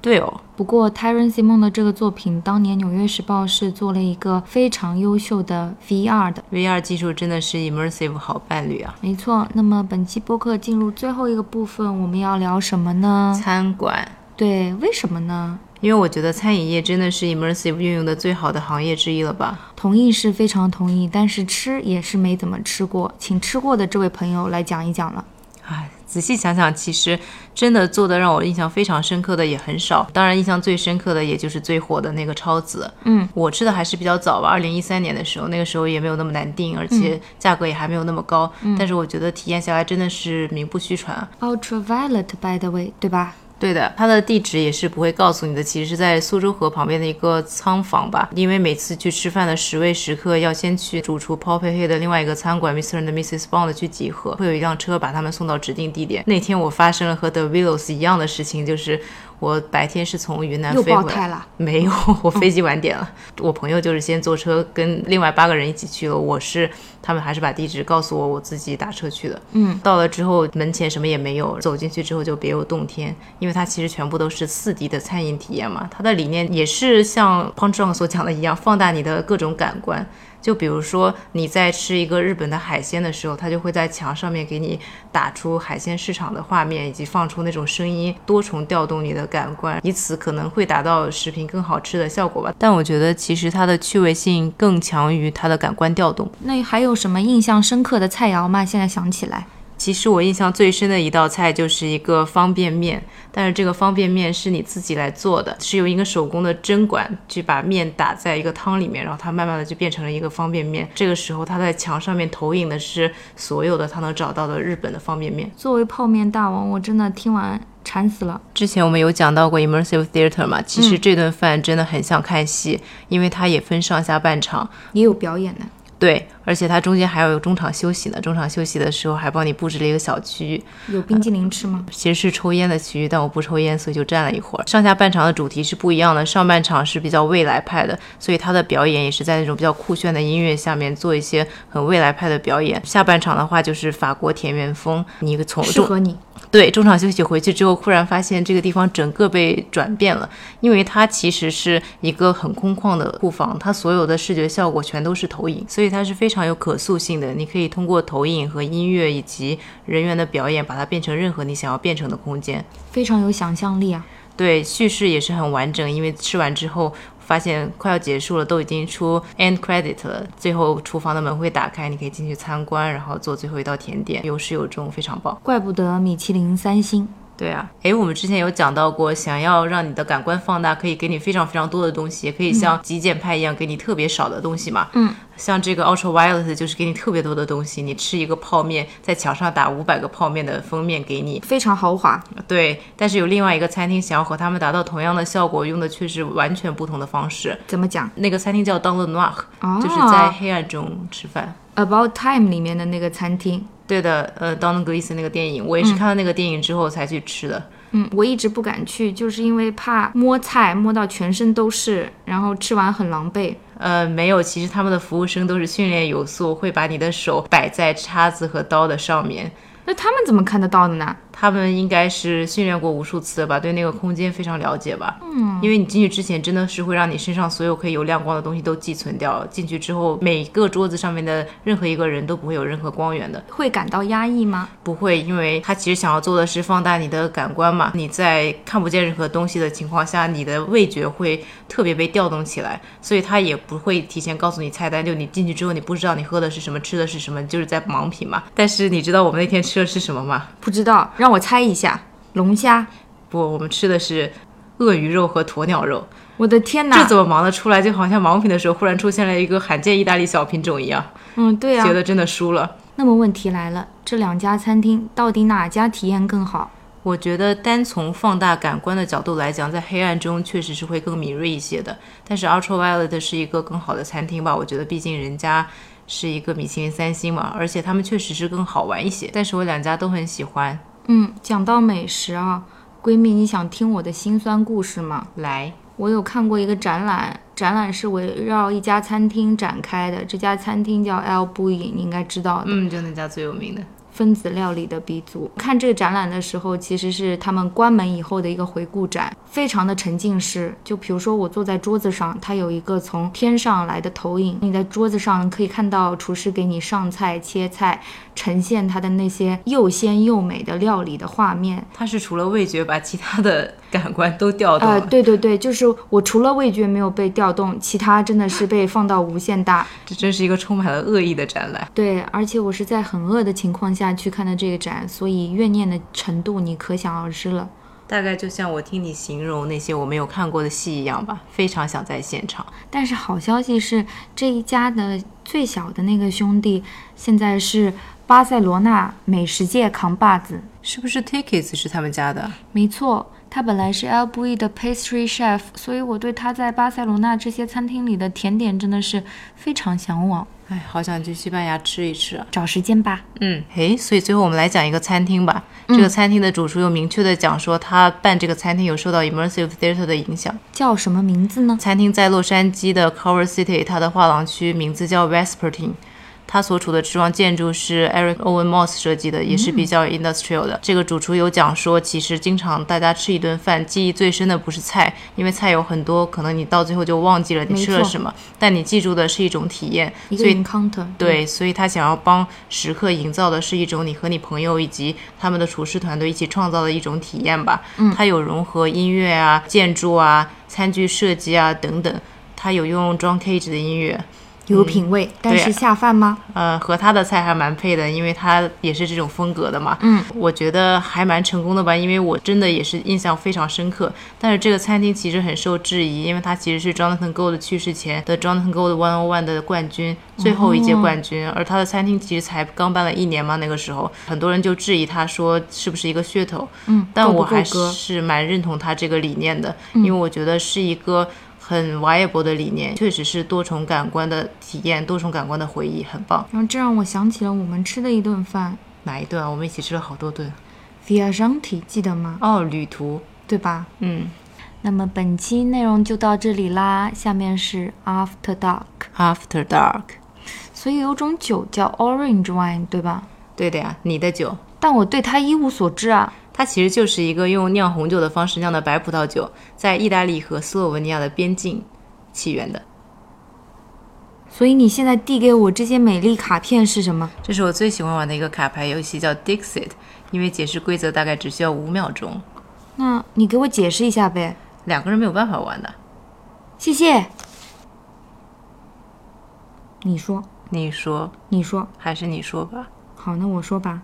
Speaker 2: 对哦，
Speaker 1: 不过 t y r o n Simon 的这个作品，当年《纽约时报》是做了一个非常优秀的 VR 的。
Speaker 2: VR 技术真的是 immersive 好伴侣啊！
Speaker 1: 没错，那么本期播客进入最后一个部分，我们要聊什么呢？
Speaker 2: 餐馆，
Speaker 1: 对，为什么呢？
Speaker 2: 因为我觉得餐饮业真的是 immersive 运用的最好的行业之一了吧？
Speaker 1: 同意是非常同意，但是吃也是没怎么吃过，请吃过的这位朋友来讲一讲了。
Speaker 2: 唉，仔细想想，其实真的做的让我印象非常深刻的也很少。当然，印象最深刻的也就是最火的那个超子。
Speaker 1: 嗯，
Speaker 2: 我吃的还是比较早吧，二零一三年的时候，那个时候也没有那么难订，而且价格也还没有那么高。但是我觉得体验下来真的是名不虚传啊。
Speaker 1: Ultraviolet by the way，对吧？
Speaker 2: 对的，它的地址也是不会告诉你的，其实是在苏州河旁边的一个仓房吧。因为每次去吃饭的十位食客要先去主厨 Paul 佩佩的另外一个餐馆 Mr. and Mrs. Bond 去集合，会有一辆车把他们送到指定地点。那天我发生了和 The Willows 一样的事情，就是我白天是从云南
Speaker 1: 又
Speaker 2: 啊飞
Speaker 1: 爆
Speaker 2: 回来
Speaker 1: 胎，了。
Speaker 2: 没有，我飞机晚点了。我朋友就是先坐车跟另外八个人一起去了，我是他们还是把地址告诉我，我自己打车去的。
Speaker 1: 嗯，
Speaker 2: 到了之后门前什么也没有，走进去之后就别有洞天，因为它其实全部都是四 D 的餐饮体验嘛。它的理念也是像 p o n c h o n 所讲的一样，放大你的各种感官。就比如说你在吃一个日本的海鲜的时候，它就会在墙上面给你打出海鲜市场的画面，以及放出那种声音，多重调动你的感官，以此可能会达到食品更好吃的效果吧。但我觉得其实它的趣味性更强于它的感官调动。
Speaker 1: 那还有什么印象深刻的菜肴吗？现在想起来，
Speaker 2: 其实我印象最深的一道菜就是一个方便面，但是这个方便面是你自己来做的，是用一个手工的针管去把面打在一个汤里面，然后它慢慢的就变成了一个方便面。这个时候它在墙上面投影的是所有的它能找到的日本的方便面。
Speaker 1: 作为泡面大王，我真的听完馋死了。
Speaker 2: 之前我们有讲到过 immersive theater 嘛，其实这顿饭真的很像看戏，因为它也分上下半场，
Speaker 1: 也有表演的，
Speaker 2: 对，而且它中间还要有中场休息呢。中场休息的时候还帮你布置了一个小区域，
Speaker 1: 有冰激凌吃吗？
Speaker 2: 其实是抽烟的区域，但我不抽烟，所以就站了一会儿。上下半场的主题是不一样的，上半场是比较未来派的，所以他的表演也是在那种比较酷炫的音乐下面做一些很未来派的表演。下半场的话就是法国田园风，你从
Speaker 1: 适
Speaker 2: 中
Speaker 1: 合你。
Speaker 2: 对，中场休息回去之后，忽然发现这个地方整个被转变了，因为它其实是一个很空旷的库房，它所有的视觉效果全都是投影，所以它是非常有可塑性的。你可以通过投影和音乐以及人员的表演，把它变成任何你想要变成的空间。
Speaker 1: 非常有想象力啊！
Speaker 2: 对，叙事也是很完整，因为吃完之后。发现快要结束了，都已经出 end credit 了。最后厨房的门会打开，你可以进去参观，然后做最后一道甜点，有始有终，非常棒。
Speaker 1: 怪不得米其林三星。
Speaker 2: 对啊，诶，我们之前有讲到过，想要让你的感官放大，可以给你非常非常多的东西，也可以像极简派一样给你特别少的东西嘛。
Speaker 1: 嗯，
Speaker 2: 像这个 Ultraviolet 就是给你特别多的东西，你吃一个泡面，在墙上打五百个泡面的封面给你。
Speaker 1: 非常豪华，
Speaker 2: 对，但是有另外一个餐厅想要和他们达到同样的效果，用的却是完全不同的方式。
Speaker 1: 怎么讲？
Speaker 2: 那个餐厅叫 d o n l e Noir，、
Speaker 1: 啊
Speaker 2: 就是在黑暗中吃饭。
Speaker 1: 《About Time》里面的那个餐厅，
Speaker 2: 对的，呃 d o n a Gleason 那个电影，我也是看了那个电影之后才去吃的。
Speaker 1: 嗯，我一直不敢去，就是因为怕摸菜摸到全身都是，然后吃完很狼狈。
Speaker 2: 呃，没有，其实他们的服务生都是训练有素，会把你的手摆在叉子和刀的上面。
Speaker 1: 那他们怎么看得到的呢？
Speaker 2: 他们应该是训练过无数次了吧，对那个空间非常了解吧。嗯，因为你进去之前真的是会让你身上所有可以有亮光的东西都寄存掉，进去之后每个桌子上面的任何一个人都不会有任何光源的。
Speaker 1: 会感到压抑吗？
Speaker 2: 不会，因为他其实想要做的是放大你的感官嘛。你在看不见任何东西的情况下，你的味觉会特别被调动起来，所以他也不会提前告诉你菜单。就你进去之后，你不知道你喝的是什么，吃的是什么，就是在盲品
Speaker 1: 嗯
Speaker 2: 嘛。但是你知道我们那天吃的是什么吗？
Speaker 1: 不知道，让我猜一下，龙虾。
Speaker 2: 不，我们吃的是鳄鱼肉和鸵鸟肉。
Speaker 1: 我的天
Speaker 2: 这
Speaker 1: 哪！
Speaker 2: 怎么忙得出来？就好像盲品的时候忽然出现了一个罕见意大利小品种一样，
Speaker 1: 嗯，对啊
Speaker 2: 觉。得真的输了。
Speaker 1: 那么问题来了，这两家餐厅到底哪家体验更好？
Speaker 2: 我觉得单从放大感官的角度来讲，在黑暗中确实是会更敏锐一些的。但是 Ultraviolet 是一个更好的餐厅吧，我觉得毕竟人家是一个米其林三星嘛，而且他们确实是更好玩一些。但是我两家都很喜欢。
Speaker 1: 嗯，讲到美食啊，闺蜜，你想听我的辛酸故事吗？
Speaker 2: 来，
Speaker 1: 我有看过一个展览，展览是围绕一家餐厅展开的，这家餐厅叫 L b u i 你应该知道的。
Speaker 2: 嗯，就那家最有名的。
Speaker 1: 分子料理的鼻祖。看这个展览的时候，其实是他们关门以后的一个回顾展，非常的沉浸式。就比如说我坐在桌子上，它有一个从天上来的投影，你在桌子上可以看到厨师给你上菜、切菜，呈现它的那些又鲜又美的料理的画面。
Speaker 2: 它是除了味觉，把其他的感官都调动
Speaker 1: 呃，
Speaker 2: 了，
Speaker 1: 对对对，就是我除了味觉没有被调动，其他真的是被放到无限大。
Speaker 2: 这真是一个充满了恶意的展览。
Speaker 1: 对，而且我是在很饿的情况下去看的这个展，所以怨念的程度你可想而知了。
Speaker 2: 大概就像我听你形容那些我没有看过的戏一样吧，非常想在现场。
Speaker 1: 但是好消息是，这一家的最小的那个兄弟现在是巴塞罗那美食界扛把子，
Speaker 2: 是不是 Tickets 是他们家的？
Speaker 1: 没错，他本来是 L B E 的 pastry chef，所以我对他在巴塞罗那这些餐厅里的甜点真的是非常向往。
Speaker 2: 哎，好想去西班牙吃一吃啊！
Speaker 1: 找时间吧。
Speaker 2: 嗯，诶，所以最后我们来讲一个餐厅吧。
Speaker 1: 嗯
Speaker 2: 这个餐厅的主厨又明确的讲说，他办这个餐厅有受到 immersive theater 的影响。
Speaker 1: 叫什么名字呢？
Speaker 2: 餐厅在洛杉矶的 Culver City，它的画廊区名字叫 Vespertine。它所处的池庄建筑是 Eric Owen Moss 设计的，也是
Speaker 1: 嗯
Speaker 2: 比较 industrial 的。这个主厨有讲说，其实经常大家吃一顿饭，记忆最深的不是菜，因为菜有很多，可能你到最后就忘记了你
Speaker 1: 没
Speaker 2: 吃了
Speaker 1: 错
Speaker 2: 什么，但你记住的是一种体验。
Speaker 1: 一个
Speaker 2: 所以
Speaker 1: encounter。
Speaker 2: 对，所以他想要帮食客营造的是一种你和你朋友以及他们的厨师团队一起创造的一种体验吧。嗯，他有融合音乐啊、建筑啊、餐具设计啊等等，他有用 John Cage 的音乐，
Speaker 1: 有品味，但
Speaker 2: 嗯对
Speaker 1: 是下饭吗？
Speaker 2: 呃，和他的菜还蛮配的，因为他也是这种风格的嘛。嗯，我觉得还蛮成功的吧，因为我真的也是印象非常深刻。但是这个餐厅其实很受质疑，因为它其实是 Jonathan Gold 去世前的 Jonathan Gold One on One 的冠军，最后一届冠军。而他的餐厅其实才刚办了一年嘛，那个时候很多人就质疑他说是不是一个噱头。
Speaker 1: 嗯，
Speaker 2: 但
Speaker 1: 够不
Speaker 2: 我还
Speaker 1: 够格
Speaker 2: 是蛮认同他这个理念的，因为我觉得是一个很 viable 的理念，确实是多重感官的体验，多重感官的回忆，很棒。
Speaker 1: 然后这让我想起了我们吃的一顿饭
Speaker 2: 哪一顿啊？我们一起吃了好多顿
Speaker 1: v i a j a n t i 记得吗？
Speaker 2: 哦，旅途，
Speaker 1: 对吧？
Speaker 2: 嗯，
Speaker 1: 那么本期内容就到这里啦，下面是 After Dark，
Speaker 2: After Dark，
Speaker 1: 所以有种酒叫 Orange Wine，对吧？
Speaker 2: 对的呀，你的酒，
Speaker 1: 但我对它一无所知啊。
Speaker 2: 它其实就是一个用酿红酒的方式酿的白葡萄酒，在意大利和斯洛文尼亚的边境起源的。
Speaker 1: 所以你现在递给我这些美丽卡片是什么？
Speaker 2: 这是我最喜欢玩的一个卡牌游戏，叫 Dixit，因为解释规则大概只需要五秒钟，
Speaker 1: 那你给我解释一下呗，
Speaker 2: 两个人没有办法玩的。
Speaker 1: 谢谢。你说，
Speaker 2: 你说，
Speaker 1: 你说，
Speaker 2: 还是你说吧。
Speaker 1: 好，那我说吧，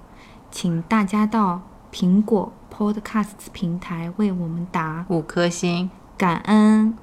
Speaker 1: 请大家到苹果 Podcasts 平台为我们打
Speaker 2: 五颗星，
Speaker 1: 感恩。